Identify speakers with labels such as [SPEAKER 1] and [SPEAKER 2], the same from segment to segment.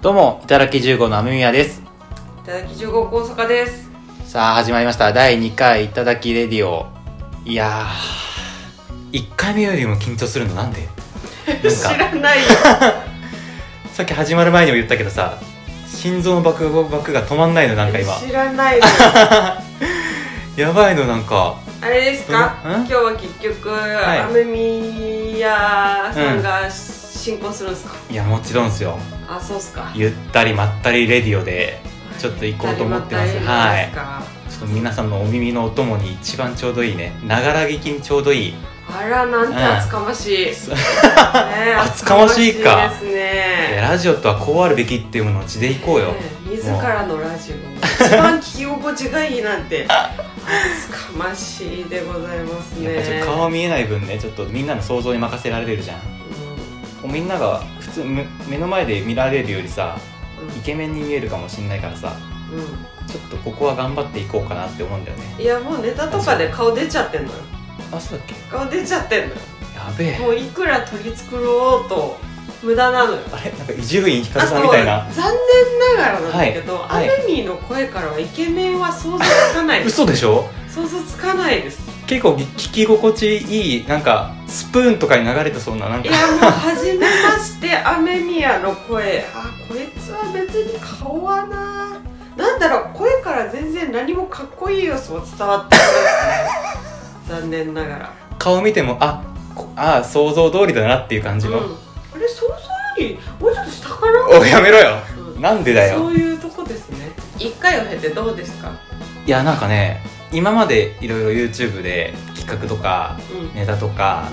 [SPEAKER 1] どうも、いただき15のあみみやです。
[SPEAKER 2] いただき15号大阪です
[SPEAKER 1] さあ、始まりました。第2回いただきレディオ。いやー、1回目よりも緊張するのなん で
[SPEAKER 2] 知
[SPEAKER 1] なんから
[SPEAKER 2] ないよ
[SPEAKER 1] さっき始まる前にも言ったけどさ、心臓のバクバクが止まんないの、なんか今。
[SPEAKER 2] 知ら ないよ
[SPEAKER 1] やばいの、なんか。
[SPEAKER 2] あれですか
[SPEAKER 1] うん
[SPEAKER 2] 今日は結局、
[SPEAKER 1] い
[SPEAKER 2] アメミヤさんが進行するんですか、
[SPEAKER 1] いや、もちろんですよ。
[SPEAKER 2] あそうっすか
[SPEAKER 1] ゆったりまったりレディオで、ちょっと行こうと思ってます
[SPEAKER 2] 二人またやります
[SPEAKER 1] ちょっと皆さんのお耳のお供に一番ちょうどいいね。ながら聞きにちょうどいい。
[SPEAKER 2] かあらなんて厚かましい、ね
[SPEAKER 1] そ
[SPEAKER 2] え
[SPEAKER 1] 厚かましいか
[SPEAKER 2] 厚かましいです
[SPEAKER 1] いや
[SPEAKER 2] ね
[SPEAKER 1] ラジオとはこうあるべきっていうものを地で行こうよ。
[SPEAKER 2] ねえ自らのラジオ一番聞き心地がいいなん て厚かましいでございます
[SPEAKER 1] やっぱちょっ
[SPEAKER 2] ね
[SPEAKER 1] と顔見えない分ねちょっとみんなの想像に任せられるじゃんこうみんなが普通む目の前で見られるよりさイケメンに見えるかもしんないからさ
[SPEAKER 2] うん、うんうん
[SPEAKER 1] ちょっとここは頑張っていこうかなって思うんだよね
[SPEAKER 2] いやもうネタとかで顔出ちゃってんのよ
[SPEAKER 1] あそうだっけ
[SPEAKER 2] 顔出ちゃってんのよ
[SPEAKER 1] やべえ
[SPEAKER 2] もういくら取り繕おうと無駄なのよ
[SPEAKER 1] あれなんか伊集院
[SPEAKER 2] あ
[SPEAKER 1] 光
[SPEAKER 2] と
[SPEAKER 1] さんみたいな
[SPEAKER 2] 残念ながらなんだけど、
[SPEAKER 1] はい
[SPEAKER 2] アメミーの声からはイケメンは想像つかないです
[SPEAKER 1] 嘘でしょ
[SPEAKER 2] 想像つかないです
[SPEAKER 1] 結構ぎ聞き心地いいなんかスプーンとかに流れてそうななん
[SPEAKER 2] い
[SPEAKER 1] か
[SPEAKER 2] やもう初めまして アメミヤの声あこいつは別に顔はななんだろう声から全然何もかっこいい要素も伝わってきますね残念ながら
[SPEAKER 1] 顔見てもあこあ想像通りだなっていう感じの、
[SPEAKER 2] うん、あれ想像よりもうちょっと下かな
[SPEAKER 1] おいやめろよ
[SPEAKER 2] うん
[SPEAKER 1] なんでだよ
[SPEAKER 2] そういうとこですね一回を経てどうですか
[SPEAKER 1] いやなんかね今までいろいろ YouTube で企画とか
[SPEAKER 2] うんうん
[SPEAKER 1] ネタとか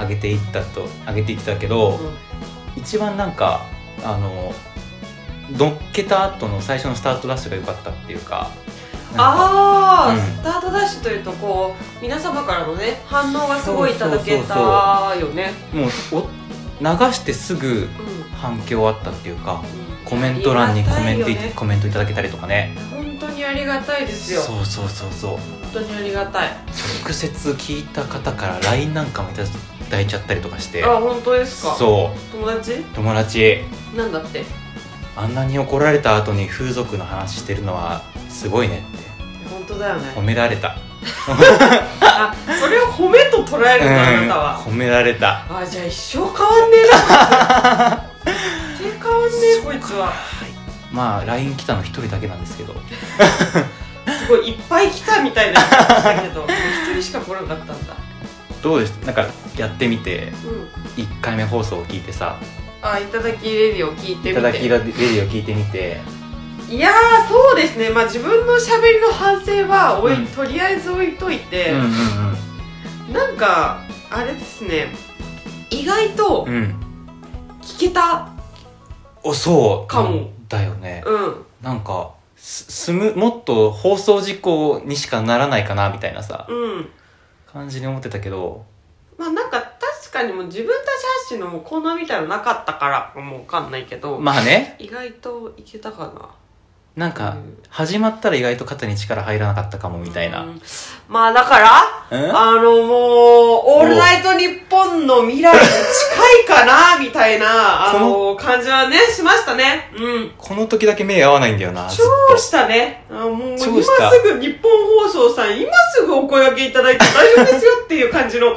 [SPEAKER 1] 上げていったと上げてきたけど、一番なんかあの乗っけた後の最初のスタートダッシュが良かったっていうかなんか
[SPEAKER 2] ああ、
[SPEAKER 1] うん
[SPEAKER 2] スタートダッシュというとこう皆様からのね反応がすごいいただけたよね
[SPEAKER 1] もうお流してすぐ反響あったっていうか
[SPEAKER 2] うんうん
[SPEAKER 1] コメント欄にコメントい、
[SPEAKER 2] ありがたいよね
[SPEAKER 1] コメントいただけたりとかね
[SPEAKER 2] 本当にありがたいですよ
[SPEAKER 1] そうそうそうそう
[SPEAKER 2] 本当にありがたい
[SPEAKER 1] 直接聞いた方から LINE なんかもいただいちゃったりとかして
[SPEAKER 2] あ本当ですか
[SPEAKER 1] そう
[SPEAKER 2] 友達
[SPEAKER 1] 友達
[SPEAKER 2] なんだって
[SPEAKER 1] あんなに怒られた後に風俗の話してるのはすごいねっ
[SPEAKER 2] 本当だよ
[SPEAKER 1] て褒
[SPEAKER 2] ね
[SPEAKER 1] められた
[SPEAKER 2] あそれを褒めと捉えるのあなたは
[SPEAKER 1] うん、褒められた
[SPEAKER 2] あじゃあ一生変わんね えな絶対変わんねえこいつは
[SPEAKER 1] まあ LINE 来たの一人だけなんですけど
[SPEAKER 2] すごいいっぱい来たみたいな感じだけ ど一人しか来なかったんだ
[SPEAKER 1] どうでしたなんかやってみて
[SPEAKER 2] うん
[SPEAKER 1] 1回目放送を聞いてさ
[SPEAKER 2] あいただきレディを聞い
[SPEAKER 1] 「
[SPEAKER 2] て
[SPEAKER 1] いただき
[SPEAKER 2] み
[SPEAKER 1] レディ」を聞いてみて
[SPEAKER 2] ていやーそうですねまあ自分のしゃべりの反省はおい、
[SPEAKER 1] うん
[SPEAKER 2] とりあえず置いといて
[SPEAKER 1] うん、
[SPEAKER 2] なんかあれですね意外と
[SPEAKER 1] うんうんうん
[SPEAKER 2] 聞けた
[SPEAKER 1] おそう
[SPEAKER 2] かも
[SPEAKER 1] だよね
[SPEAKER 2] うん
[SPEAKER 1] なんかすすむもっと放送事故にしかならないかなみたいなさ
[SPEAKER 2] うん
[SPEAKER 1] 感じに思ってたけど
[SPEAKER 2] まあなんか確かにもう自分たち発信のコーナーみたいなのなかったからかもうわかんないけど、
[SPEAKER 1] まあね
[SPEAKER 2] 意外といけたかな
[SPEAKER 1] なんか
[SPEAKER 2] うん
[SPEAKER 1] 始まったら意外と肩に力入らなかったかもみたいな、
[SPEAKER 2] うんまあだから
[SPEAKER 1] うん
[SPEAKER 2] あのもう、オールナイトニッポンの未来に近いかな、みたいな、あ
[SPEAKER 1] そ
[SPEAKER 2] の、感じはね、しましたね。うん。
[SPEAKER 1] この時だけ目合わないんだよなずっ
[SPEAKER 2] 超したね。あもう、今す
[SPEAKER 1] 超した
[SPEAKER 2] ぐ、日本放送さん、今すぐお声掛けいただいて大丈夫ですよっていう感じの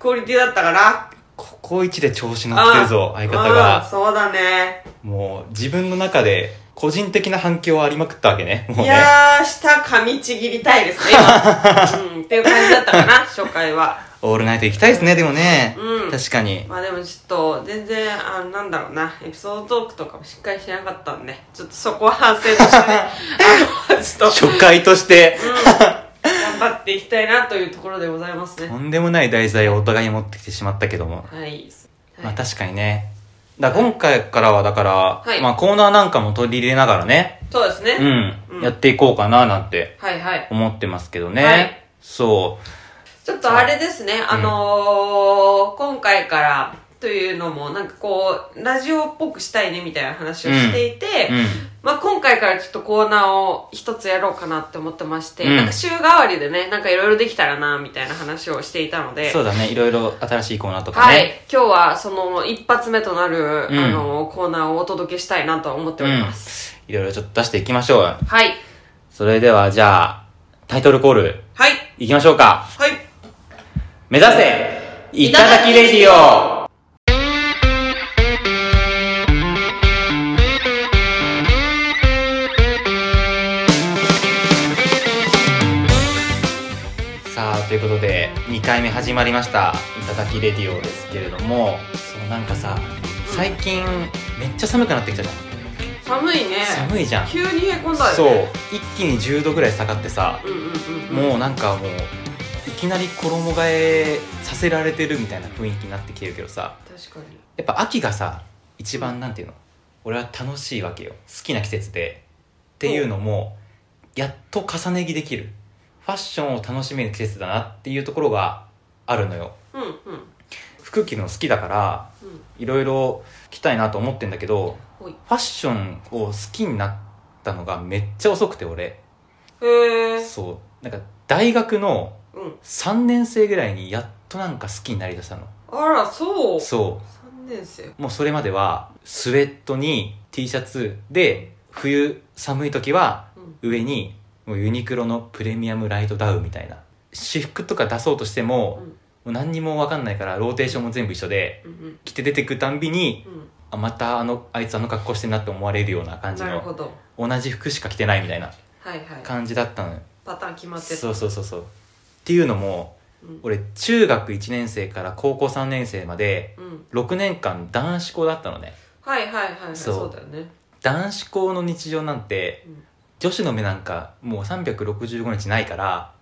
[SPEAKER 2] クオリティだったから。
[SPEAKER 1] とここ一で調子乗ってるぞ相方
[SPEAKER 2] うん
[SPEAKER 1] が
[SPEAKER 2] そうだね。
[SPEAKER 1] もう自分の中で個人的な反響はありまくったわけねもう
[SPEAKER 2] い
[SPEAKER 1] ね
[SPEAKER 2] やー、舌噛みちぎりたいですね、 今うん、っていう感じだったかな、初回は。
[SPEAKER 1] 「オールナイト」行きたいですねでもね、
[SPEAKER 2] うん
[SPEAKER 1] 確かに
[SPEAKER 2] まあでもちょっと全然あのなんだろうなエピソードトークとかもしっかりしなかったんでちょっとそこは反省と してねあのちょっと、
[SPEAKER 1] 初回として
[SPEAKER 2] うん、頑張っていきたいなというところでございますね
[SPEAKER 1] とんでもない題材をお互い持ってきてしまったけども、
[SPEAKER 2] はい、はい
[SPEAKER 1] まあ確かにねだから今回からはだから、
[SPEAKER 2] はい
[SPEAKER 1] まあコーナーなんかも取り入れながらね、
[SPEAKER 2] そうですね、
[SPEAKER 1] う、
[SPEAKER 2] うんん
[SPEAKER 1] やっていこうかななんて
[SPEAKER 2] はいはい
[SPEAKER 1] 思ってますけどね、
[SPEAKER 2] はい
[SPEAKER 1] そう
[SPEAKER 2] ちょっとあれですねあのー今回からというのもなんかこうラジオっぽくしたいねみたいな話をしていて、まあ、今回からちょっとコーナーを一つやろうかなって思ってまして、
[SPEAKER 1] うん
[SPEAKER 2] なんか週替わりでねなんかいろいろできたらなみたいな話をしていたので
[SPEAKER 1] そうだねいろいろ新しいコーナーとか
[SPEAKER 2] は
[SPEAKER 1] ね、
[SPEAKER 2] い、今日はその一発目となる、
[SPEAKER 1] うん
[SPEAKER 2] あのコーナーをお届けしたいなとは思っております、
[SPEAKER 1] いろいろちょっと出していきましょうよ
[SPEAKER 2] はい
[SPEAKER 1] それではじゃあタイトルコール
[SPEAKER 2] はい
[SPEAKER 1] いきましょうか
[SPEAKER 2] はい
[SPEAKER 1] 目指せいただきレディオさあということで2回目始まりました「いただきレディオ」ですけれどもそうなんかさ最近めっちゃ寒くなってきたじゃ
[SPEAKER 2] 寒いね
[SPEAKER 1] ん寒いじゃん
[SPEAKER 2] 急に冷え込んだよ
[SPEAKER 1] そう
[SPEAKER 2] ね
[SPEAKER 1] 一気に10度ぐらい下がってさ
[SPEAKER 2] うんうんうんうん
[SPEAKER 1] もうなんかもういきなり衣替えさせられてるみたいな雰囲気になってきてるけどさ
[SPEAKER 2] 確かに
[SPEAKER 1] やっぱ秋がさ一番なんていうの俺は楽しいわけよ好きな季節でっていうのもやっと重ね着できるファッションを楽しめる季節だなっていうところがあるのよ
[SPEAKER 2] うんうん
[SPEAKER 1] 服着るの好きだから
[SPEAKER 2] うん
[SPEAKER 1] いろいろ着たいなと思ってんだけどフ
[SPEAKER 2] ほい
[SPEAKER 1] ァッションを好きになったのがめっちゃ遅くて俺
[SPEAKER 2] へえ
[SPEAKER 1] そうなんか大学の
[SPEAKER 2] うん
[SPEAKER 1] 3年生ぐらいにやっとなんか好きになりだしたの
[SPEAKER 2] あらそう
[SPEAKER 1] そ
[SPEAKER 2] 3年生
[SPEAKER 1] うもうそれまではスウェットに T シャツで冬寒い時は
[SPEAKER 2] うん
[SPEAKER 1] 上にもうユニクロのプレミアムライトダウンみたいな私服とか出そうとしても,、
[SPEAKER 2] うん
[SPEAKER 1] もう何にも分かんないからローテーションも全部一緒で
[SPEAKER 2] うんうん
[SPEAKER 1] 着て出てくたんびに
[SPEAKER 2] うん
[SPEAKER 1] あまたあのあいつあの格好してんなって思われるような感じ
[SPEAKER 2] なるほ
[SPEAKER 1] の
[SPEAKER 2] ど
[SPEAKER 1] 同じ服しか着てないみたいな
[SPEAKER 2] はいはい
[SPEAKER 1] 感じだったのよ
[SPEAKER 2] パターン決まってた
[SPEAKER 1] そうそうそうそうっていうのも
[SPEAKER 2] うん
[SPEAKER 1] 俺中学1年生から高校3年生まで
[SPEAKER 2] うん
[SPEAKER 1] 6年間男子校だったのね
[SPEAKER 2] はいはいはいはい
[SPEAKER 1] そう
[SPEAKER 2] そうだよね
[SPEAKER 1] 男子校の日常なんて
[SPEAKER 2] うん
[SPEAKER 1] 女子の目なんかもう365日ないから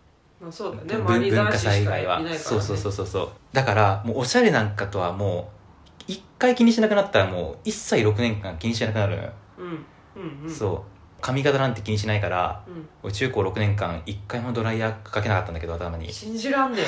[SPEAKER 2] まあそうだよね
[SPEAKER 1] ぶ
[SPEAKER 2] 周り
[SPEAKER 1] 文
[SPEAKER 2] 男
[SPEAKER 1] 化
[SPEAKER 2] 子しか
[SPEAKER 1] 祭
[SPEAKER 2] い
[SPEAKER 1] 以
[SPEAKER 2] な
[SPEAKER 1] 外
[SPEAKER 2] いから
[SPEAKER 1] は
[SPEAKER 2] ね
[SPEAKER 1] そうそうそうそうそうだからもうおしゃれなんかとはもう一回気にしなくなったらもう一切6年間気にしなくなるのよ、
[SPEAKER 2] うんうんうん
[SPEAKER 1] そう髪型なんて気にしないから
[SPEAKER 2] うん
[SPEAKER 1] 俺中高6年間一回もドライヤーかけなかったんだけど頭に
[SPEAKER 2] 信じらん ねえ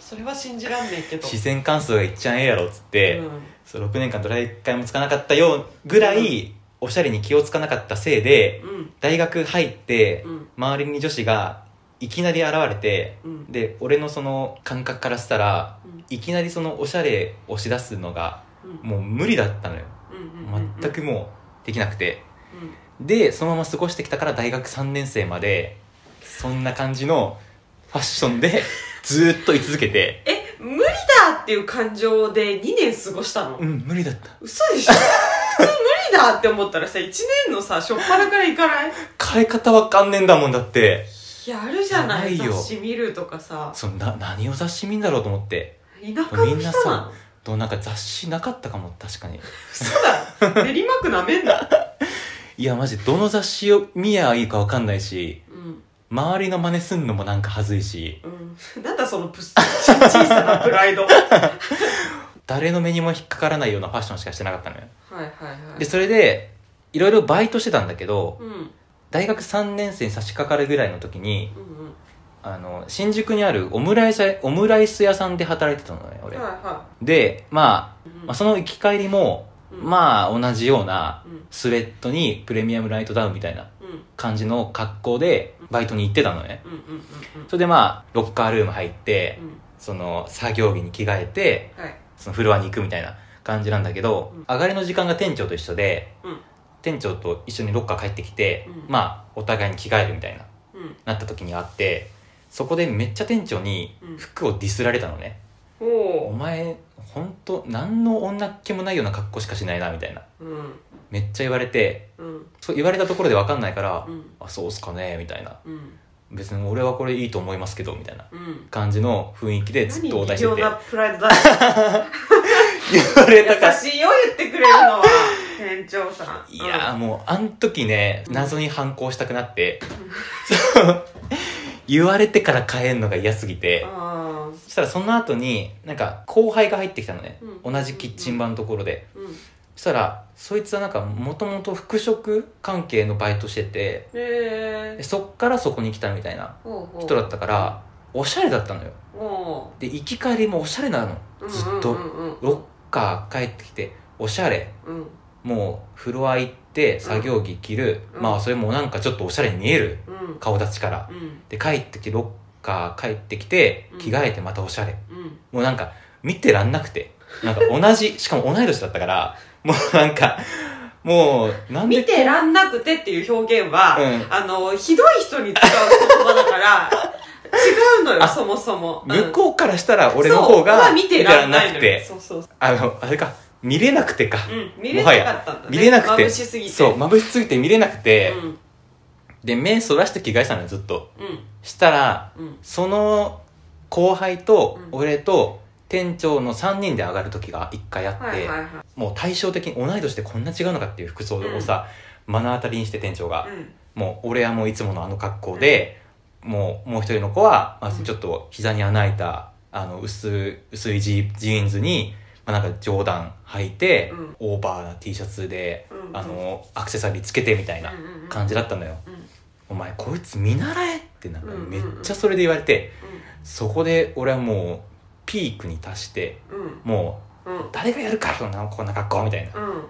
[SPEAKER 2] それは信じらんねえけど
[SPEAKER 1] 自然乾燥がいっちゃんええやろっつって、
[SPEAKER 2] うん
[SPEAKER 1] そう6年間ドライ会もつかなかったようぐらいおしゃれに気をつかなかったせいで
[SPEAKER 2] うん
[SPEAKER 1] 大学入って
[SPEAKER 2] うん
[SPEAKER 1] 周りに女子がいきなり現れて
[SPEAKER 2] うん
[SPEAKER 1] で俺のその感覚からしたら
[SPEAKER 2] うん
[SPEAKER 1] いきなりそのおしゃれをしだすのが
[SPEAKER 2] うん
[SPEAKER 1] もう無理だったのよ
[SPEAKER 2] うんうんうん
[SPEAKER 1] 全くもうできなくて
[SPEAKER 2] うん
[SPEAKER 1] でそのまま過ごしてきたから大学3年生までそんな感じのファッションでずーっと居続けて
[SPEAKER 2] え無理だっていう感情で2年過ごしたの
[SPEAKER 1] うん無理だった
[SPEAKER 2] 嘘でしょ普通無理だって思ったらさ1年のさ初っ端から行かない
[SPEAKER 1] 変え方わかんねえんだもんだって
[SPEAKER 2] やるじゃない
[SPEAKER 1] やばいよ
[SPEAKER 2] 雑誌見るとかさ
[SPEAKER 1] そんな何を雑誌見んだろうと思って
[SPEAKER 2] 田舎の
[SPEAKER 1] みんな
[SPEAKER 2] 人な
[SPEAKER 1] さ
[SPEAKER 2] の
[SPEAKER 1] どなんか雑誌なかったかも確かに
[SPEAKER 2] 嘘だろ練馬区なめ んな、
[SPEAKER 1] いやマジどの雑誌を見やいいか分かんないし
[SPEAKER 2] うん
[SPEAKER 1] 周りの真似すんのもなんか恥ずいし
[SPEAKER 2] うん、なんだそのプス小さなプライドはい
[SPEAKER 1] 誰の目にも引っかからないようなファッションしかしてなかったのよ
[SPEAKER 2] はいはい
[SPEAKER 1] でそれでいろいろバイトしてたんだけど
[SPEAKER 2] うんうん
[SPEAKER 1] 大学3年生に差し掛かるぐらいの時に
[SPEAKER 2] うん
[SPEAKER 1] あの新宿にあるオムライス屋オムライス屋さんで働いてたのね
[SPEAKER 2] はい
[SPEAKER 1] 俺
[SPEAKER 2] は
[SPEAKER 1] で、ま
[SPEAKER 2] い、
[SPEAKER 1] あ、まあその行き帰りもまあ同じような
[SPEAKER 2] あうん
[SPEAKER 1] スウェットにプレミアムライトダウンみたいな
[SPEAKER 2] うん
[SPEAKER 1] 感じの格好でバイトに行ってたのね
[SPEAKER 2] うんうんうんうん
[SPEAKER 1] それでまあロッカールーム入って
[SPEAKER 2] うん
[SPEAKER 1] その作業着に着替えて
[SPEAKER 2] はい
[SPEAKER 1] そのフロアに行くみたいな感じなんだけど、
[SPEAKER 2] うん
[SPEAKER 1] 上がりの時間が店長と一緒で、
[SPEAKER 2] うん
[SPEAKER 1] 店長と一緒にロッカー帰ってきて、
[SPEAKER 2] うん
[SPEAKER 1] まあお互いに着替えるみたいな
[SPEAKER 2] うん
[SPEAKER 1] なった時にあってそこでめっちゃ店長に
[SPEAKER 2] うん
[SPEAKER 1] 服をディスられたのね、お
[SPEAKER 2] おー
[SPEAKER 1] 前ほんと何の女っ気もないような格好しかしないなみたいな
[SPEAKER 2] うん
[SPEAKER 1] めっちゃ言われて
[SPEAKER 2] うん
[SPEAKER 1] そう言われたところで分かんないから、
[SPEAKER 2] うん
[SPEAKER 1] あそうっすかねみたいな
[SPEAKER 2] うん
[SPEAKER 1] 別に俺はこれいいと思いますけどみたいな
[SPEAKER 2] うん
[SPEAKER 1] 感じの雰囲気でずっと応対
[SPEAKER 2] 何
[SPEAKER 1] して
[SPEAKER 2] よ
[SPEAKER 1] て
[SPEAKER 2] なプライドだよ
[SPEAKER 1] 言われたから
[SPEAKER 2] 優しいよ言ってくれるのは店長さん
[SPEAKER 1] いやーもうあん時ね
[SPEAKER 2] うん
[SPEAKER 1] 謎に反抗したくなって、そう 言われてから帰んのが嫌すぎ
[SPEAKER 2] うん
[SPEAKER 1] て、
[SPEAKER 2] あ
[SPEAKER 1] そしたらその後になんか後輩が入ってきたのね、
[SPEAKER 2] うん
[SPEAKER 1] 同じキッチン場のところで、
[SPEAKER 2] ーう
[SPEAKER 1] そ
[SPEAKER 2] ん
[SPEAKER 1] したらそいつはなんかもともと服飾関係のバイトしてて
[SPEAKER 2] へ
[SPEAKER 1] で
[SPEAKER 2] え
[SPEAKER 1] そっからそこに来たみたいな
[SPEAKER 2] ほうほう
[SPEAKER 1] 人だったから、おしゃれだったのよ
[SPEAKER 2] も
[SPEAKER 1] で行き帰りもおしゃれなの
[SPEAKER 2] う
[SPEAKER 1] ずっと
[SPEAKER 2] うんうん
[SPEAKER 1] ロッカー帰ってきておしゃれ
[SPEAKER 2] うんうん
[SPEAKER 1] もうフロア行って作業着着る、
[SPEAKER 2] うん
[SPEAKER 1] まあそれもなんかちょっとおしゃれに見える
[SPEAKER 2] うん
[SPEAKER 1] 顔立ちから
[SPEAKER 2] うん
[SPEAKER 1] で帰ってきてロッカー帰ってきて
[SPEAKER 2] うん
[SPEAKER 1] 着替えてまたおしゃれ
[SPEAKER 2] うん
[SPEAKER 1] もうなんか見てらんなくてなんか同 じしかも同い年だったからもうなんかもうなんで
[SPEAKER 2] 見てらんなくてっていう表現は、
[SPEAKER 1] うん
[SPEAKER 2] あのひどい人に使う言葉だから違うのよ
[SPEAKER 1] あ
[SPEAKER 2] そもそも、
[SPEAKER 1] 向
[SPEAKER 2] うん
[SPEAKER 1] こうからしたら俺の方
[SPEAKER 2] そうま
[SPEAKER 1] が
[SPEAKER 2] あ見てらんないの
[SPEAKER 1] 見
[SPEAKER 2] よ
[SPEAKER 1] て
[SPEAKER 2] そうそうそ
[SPEAKER 1] らんなくてあのあれか見れなくてか、
[SPEAKER 2] う、うん、見れなかったんだね
[SPEAKER 1] 見れなくて
[SPEAKER 2] 眩しすぎて
[SPEAKER 1] そう眩しすぎて見れなくて、
[SPEAKER 2] うん
[SPEAKER 1] で目そらして着替えてたのよずっと
[SPEAKER 2] うん
[SPEAKER 1] したら
[SPEAKER 2] うん
[SPEAKER 1] その後輩と
[SPEAKER 2] うん
[SPEAKER 1] 俺と店長の3人で上がる時が1回あって、
[SPEAKER 2] はいはいはい
[SPEAKER 1] もう対照的に同い年でこんな違うのかっていう服装をさ、目の当たりにして店長が、
[SPEAKER 2] うん
[SPEAKER 1] もう俺はもういつものあの格好で、もうもう一人の子は、まあ、
[SPEAKER 2] うん
[SPEAKER 1] ちょっと膝に穴開いたあの薄薄いジジーンズに、まあ、なんか上段履いて、
[SPEAKER 2] うん
[SPEAKER 1] オーバーな T シャツで、
[SPEAKER 2] うん
[SPEAKER 1] あのアクセサリーつけてみたいな
[SPEAKER 2] うんうんうん
[SPEAKER 1] 感じだったのよ。
[SPEAKER 2] うんうん
[SPEAKER 1] お前こいつ見習えってなんか
[SPEAKER 2] うんうんうん
[SPEAKER 1] めっちゃそれで言われて、そこで俺はもうピークに達して
[SPEAKER 2] うん
[SPEAKER 1] も
[SPEAKER 2] うん
[SPEAKER 1] う誰がやるかそんなこんな格好みたいな、
[SPEAKER 2] うん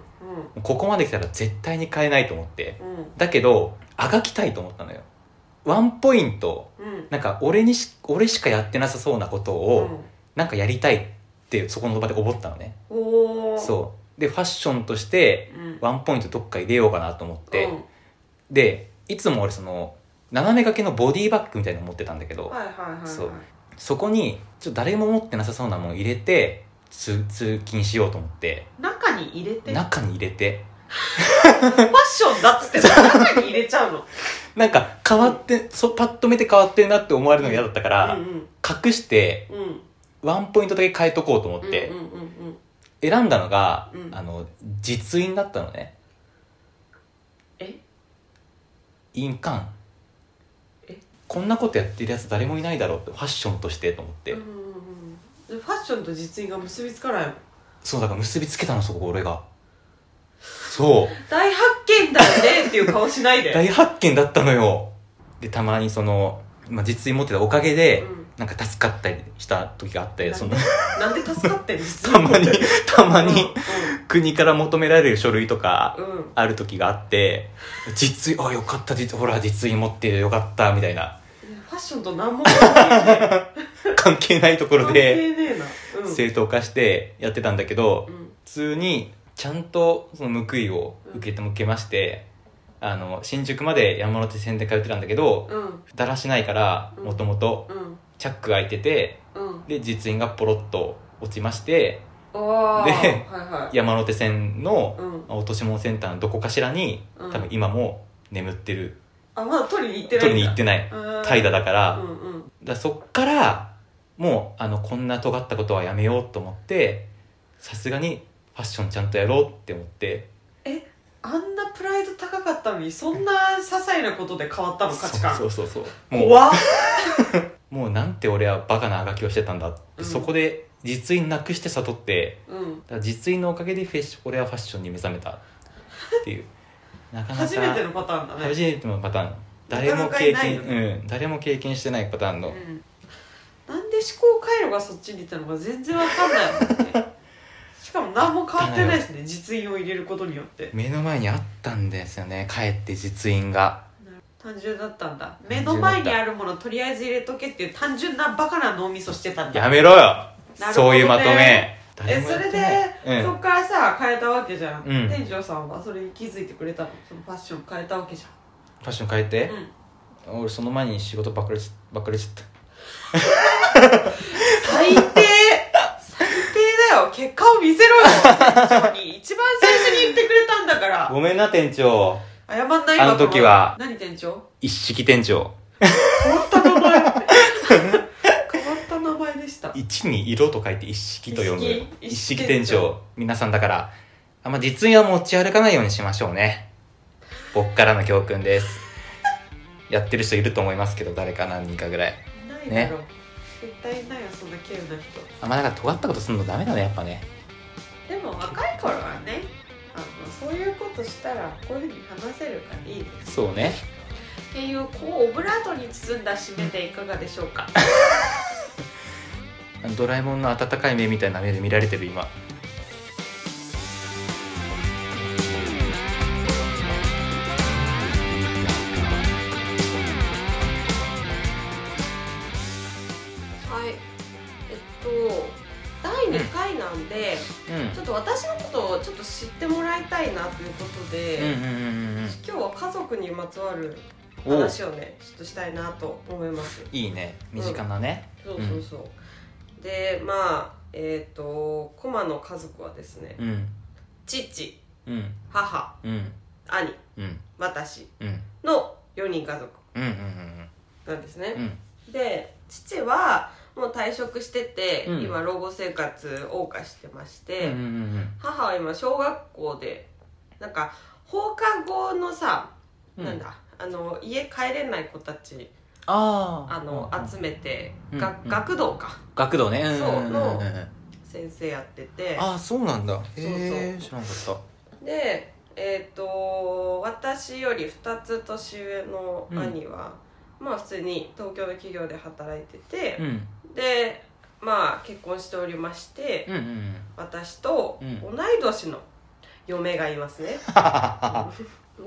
[SPEAKER 1] ここまで来たら絶対に変えないと思って
[SPEAKER 2] うん
[SPEAKER 1] だけどあがきたいと思ったのよワンポイント
[SPEAKER 2] うん
[SPEAKER 1] なんか俺にし俺しかやってなさそうなこと
[SPEAKER 2] う
[SPEAKER 1] を
[SPEAKER 2] ん
[SPEAKER 1] なんかやりたいってそこの場で思ったのね、
[SPEAKER 2] おー
[SPEAKER 1] そうでファッションとして
[SPEAKER 2] うん
[SPEAKER 1] ワンポイントどっか入れようかなと思って、
[SPEAKER 2] うん
[SPEAKER 1] でいつも俺その斜め掛けのボディバッグみたいなの持ってたんだけど、
[SPEAKER 2] はいはいはいはい
[SPEAKER 1] そうそこにちょっと誰も持ってなさそうなもん入れて通通勤しようと思って
[SPEAKER 2] 中に入れてファッ
[SPEAKER 1] 中に入れて
[SPEAKER 2] ションだっつって中に入れちゃうの
[SPEAKER 1] なんか変わって、そうパッと見て変わってるなって思われるのが嫌だったから、
[SPEAKER 2] うん
[SPEAKER 1] 隠して
[SPEAKER 2] うんうん
[SPEAKER 1] ワンポイントだけ変えとこうと思って、
[SPEAKER 2] うんうんうん
[SPEAKER 1] 選んだのが、
[SPEAKER 2] うん
[SPEAKER 1] あの実印だったのね
[SPEAKER 2] え
[SPEAKER 1] 印鑑
[SPEAKER 2] え
[SPEAKER 1] こんなことやってるやつ誰もいないだろうってファッションとしてと思って、
[SPEAKER 2] うんうんうんファッションと実印が結びつかないもん
[SPEAKER 1] そうだから結びつけたのそこ俺がそう
[SPEAKER 2] 大発見だよねっていう顔しないで
[SPEAKER 1] 大発見だったのよでたまにその、まあ、実印持ってたおかげで、
[SPEAKER 2] うん
[SPEAKER 1] なんか助かったりした時があって
[SPEAKER 2] なん
[SPEAKER 1] そ
[SPEAKER 2] で
[SPEAKER 1] の
[SPEAKER 2] なんで助かってんの実
[SPEAKER 1] た
[SPEAKER 2] 印
[SPEAKER 1] まにたまに、
[SPEAKER 2] う
[SPEAKER 1] 国から求められる書類とか
[SPEAKER 2] んうんうん
[SPEAKER 1] ある時があって実印あよかった実ほら実印持ってるよかったみたい な
[SPEAKER 2] ファッションと何も関係ね
[SPEAKER 1] 関係ないとこ
[SPEAKER 2] え
[SPEAKER 1] ろ
[SPEAKER 2] 関
[SPEAKER 1] で
[SPEAKER 2] 係ねえなうん
[SPEAKER 1] 正当化してやってたんだけど
[SPEAKER 2] うん
[SPEAKER 1] 普通にちゃんとその報いを受けても受けましてあの新宿まで山手線で通ってたんだけど
[SPEAKER 2] うん
[SPEAKER 1] だらしないから
[SPEAKER 2] うん
[SPEAKER 1] もともと
[SPEAKER 2] うん
[SPEAKER 1] チャックが開いてて
[SPEAKER 2] うん
[SPEAKER 1] で実印がポロッと落ちまして
[SPEAKER 2] おー
[SPEAKER 1] で
[SPEAKER 2] はいはい
[SPEAKER 1] 山手線の
[SPEAKER 2] うん
[SPEAKER 1] 落とし物センターのどこかしらに
[SPEAKER 2] うん
[SPEAKER 1] 多分今も眠ってる
[SPEAKER 2] あまだ取りに行ってない
[SPEAKER 1] 取りに行ってない怠
[SPEAKER 2] だ
[SPEAKER 1] 惰だから,、
[SPEAKER 2] う
[SPEAKER 1] だか
[SPEAKER 2] んうん
[SPEAKER 1] らそっからもうあのこんな尖ったことはやめようと思ってさすがにファッションちゃんとやろうって思って
[SPEAKER 2] あんなプライド高かったのにそんな些細なことで変わったの価値観
[SPEAKER 1] そうそうそうそうも
[SPEAKER 2] 怖っ
[SPEAKER 1] うもうなんて俺はバカなあがきをしてたんだって、
[SPEAKER 2] うん
[SPEAKER 1] そこで実印なくして悟って
[SPEAKER 2] うん
[SPEAKER 1] だから実印のおかげでフェッシ俺はファッションに目覚めたって いうなかなか
[SPEAKER 2] 初めてのパターンだね
[SPEAKER 1] 初めてのパターン誰
[SPEAKER 2] な
[SPEAKER 1] も
[SPEAKER 2] かなか
[SPEAKER 1] 経
[SPEAKER 2] いない
[SPEAKER 1] 験
[SPEAKER 2] よ
[SPEAKER 1] うん、誰も経験してないパターンの、
[SPEAKER 2] うんなんで思考回路がそっちに行ったのか全然わかんないもん ねしかも何も変わってないしね実印を入れることによって
[SPEAKER 1] 目の前にあったんですよね帰って実印が
[SPEAKER 2] 単純だったんだ目
[SPEAKER 1] 純だった
[SPEAKER 2] の前にあるものとりあえず入れとけっていう単純なバカな脳みそしてたん だ
[SPEAKER 1] やめろよ、
[SPEAKER 2] なるほどね
[SPEAKER 1] そういうまとめ
[SPEAKER 2] え
[SPEAKER 1] 誰も
[SPEAKER 2] そ
[SPEAKER 1] や
[SPEAKER 2] れ
[SPEAKER 1] って
[SPEAKER 2] で
[SPEAKER 1] ない
[SPEAKER 2] そっからさ変えたわけじゃん、
[SPEAKER 1] うん
[SPEAKER 2] 店長さんはそれに気づいてくれたのそのファッション変えたわけじ
[SPEAKER 1] ファッション変え
[SPEAKER 2] ゃん、
[SPEAKER 1] て
[SPEAKER 2] う、ん、
[SPEAKER 1] 俺その前に仕事ばっかりしばっかりしちゃっ
[SPEAKER 2] 最低最低だよ結果を見せろよ店長に一番最初に言ってくれたんだか
[SPEAKER 1] た
[SPEAKER 2] ら
[SPEAKER 1] ごめんな店長
[SPEAKER 2] 謝んないわ
[SPEAKER 1] あの時は
[SPEAKER 2] この何店長
[SPEAKER 1] 一式店長
[SPEAKER 2] 変わった名前変わった名前でした
[SPEAKER 1] 一に色と書いて一式と読む
[SPEAKER 2] 一式
[SPEAKER 1] 一式店長皆さんだからあんま実印は持ち歩かないようにしましょうね僕からの教訓ですやってる人いると思いますけど誰か何人かぐらい
[SPEAKER 2] いないだろ、絶対いないよそんな稀有な人
[SPEAKER 1] あんまなんか尖ったことするのダメだねやっぱね
[SPEAKER 2] でも若い頃はねあのそういうことしたらこういうふうに話せるからいいです
[SPEAKER 1] そうね
[SPEAKER 2] っていうこうオブラートに包んだ締めでいかがでしょうか
[SPEAKER 1] あのドラえもんの温かい目みたいな目で見られてる今
[SPEAKER 2] はいえっと第2回なんで、
[SPEAKER 1] うん
[SPEAKER 2] ちょっと私のことをちょっと知ってもらいたいなということで、
[SPEAKER 1] うんうんうんうん
[SPEAKER 2] 今日は家族にまつわる
[SPEAKER 1] うんお
[SPEAKER 2] 話をねちょっとしたいなと思います
[SPEAKER 1] いいね身近なね
[SPEAKER 2] そうそうそう、でまあえっ、とコマの家族はですね
[SPEAKER 1] うん
[SPEAKER 2] 父
[SPEAKER 1] うん
[SPEAKER 2] 母
[SPEAKER 1] うん
[SPEAKER 2] 兄
[SPEAKER 1] うん
[SPEAKER 2] 私
[SPEAKER 1] うん
[SPEAKER 2] の4人家族
[SPEAKER 1] うんうんうん
[SPEAKER 2] なんです
[SPEAKER 1] う
[SPEAKER 2] ね、
[SPEAKER 1] ん
[SPEAKER 2] で父はもう退職してて、
[SPEAKER 1] うん
[SPEAKER 2] 今老後生活謳歌してまして、
[SPEAKER 1] うんうんうん
[SPEAKER 2] 母は今小学校でなんか放課後のさ、
[SPEAKER 1] うん
[SPEAKER 2] なんだあの家帰れない子たち
[SPEAKER 1] ああ
[SPEAKER 2] あの、
[SPEAKER 1] うんうん
[SPEAKER 2] 集めて、
[SPEAKER 1] うん
[SPEAKER 2] が
[SPEAKER 1] うん
[SPEAKER 2] 学童か
[SPEAKER 1] 学童ねん
[SPEAKER 2] そうんの
[SPEAKER 1] んん
[SPEAKER 2] 先生やってて
[SPEAKER 1] ああそうなんだ
[SPEAKER 2] そう
[SPEAKER 1] へえ知らんかった
[SPEAKER 2] でえっ、と私より2つ年上の兄は、まあ普通に東京の企業で働いてて
[SPEAKER 1] う、ん
[SPEAKER 2] でまあ結婚しておりまして、
[SPEAKER 1] うんうんうん
[SPEAKER 2] 私と
[SPEAKER 1] うん
[SPEAKER 2] 同い年の嫁がいます ね、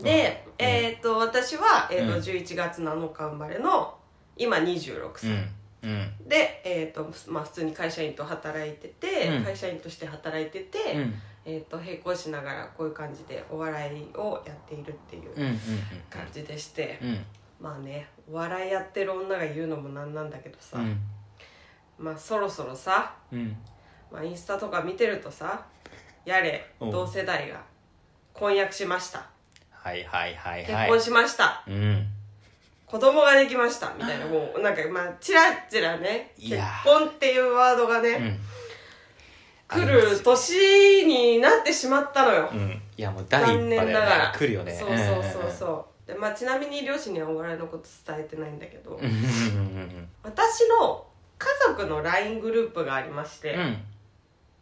[SPEAKER 2] で、
[SPEAKER 1] うん
[SPEAKER 2] えっ、と私は、えーと
[SPEAKER 1] うん
[SPEAKER 2] 11月7日生まれの今26
[SPEAKER 1] う
[SPEAKER 2] 歳、
[SPEAKER 1] んうん
[SPEAKER 2] で、えーとまあ、普通に会社員と働いてて、
[SPEAKER 1] うん
[SPEAKER 2] 会社員として働いてて、
[SPEAKER 1] うん
[SPEAKER 2] えー、と並行しながらこういう感じでお笑いをやっているっていう
[SPEAKER 1] うんうん
[SPEAKER 2] 感じでして、
[SPEAKER 1] うんうん
[SPEAKER 2] まあねお笑いやってる女が言うのもなんなんだけどさ、
[SPEAKER 1] うん
[SPEAKER 2] まあそろそろさ、
[SPEAKER 1] うん
[SPEAKER 2] まあ、インスタとか見てるとさやれ
[SPEAKER 1] うん
[SPEAKER 2] 同世代が婚約しました
[SPEAKER 1] はいはいはい
[SPEAKER 2] 結
[SPEAKER 1] はい
[SPEAKER 2] 婚しました、
[SPEAKER 1] うん
[SPEAKER 2] 子供ができましたみたいなもうなんかまあチラチラね
[SPEAKER 1] い
[SPEAKER 2] 結
[SPEAKER 1] や
[SPEAKER 2] 婚っていうワードが
[SPEAKER 1] う
[SPEAKER 2] ね、
[SPEAKER 1] ん
[SPEAKER 2] 来る年になってしまったのよ、
[SPEAKER 1] うんいやもう第一波だよ
[SPEAKER 2] 残念なが
[SPEAKER 1] ね
[SPEAKER 2] ら
[SPEAKER 1] 来るよね
[SPEAKER 2] そうそうそうそう、でまあ、ちなみに両親にはお笑いのこと伝えてないんだけ
[SPEAKER 1] う
[SPEAKER 2] ど、
[SPEAKER 1] んうんうん
[SPEAKER 2] 私の家族の LINE グループがありまして、
[SPEAKER 1] うん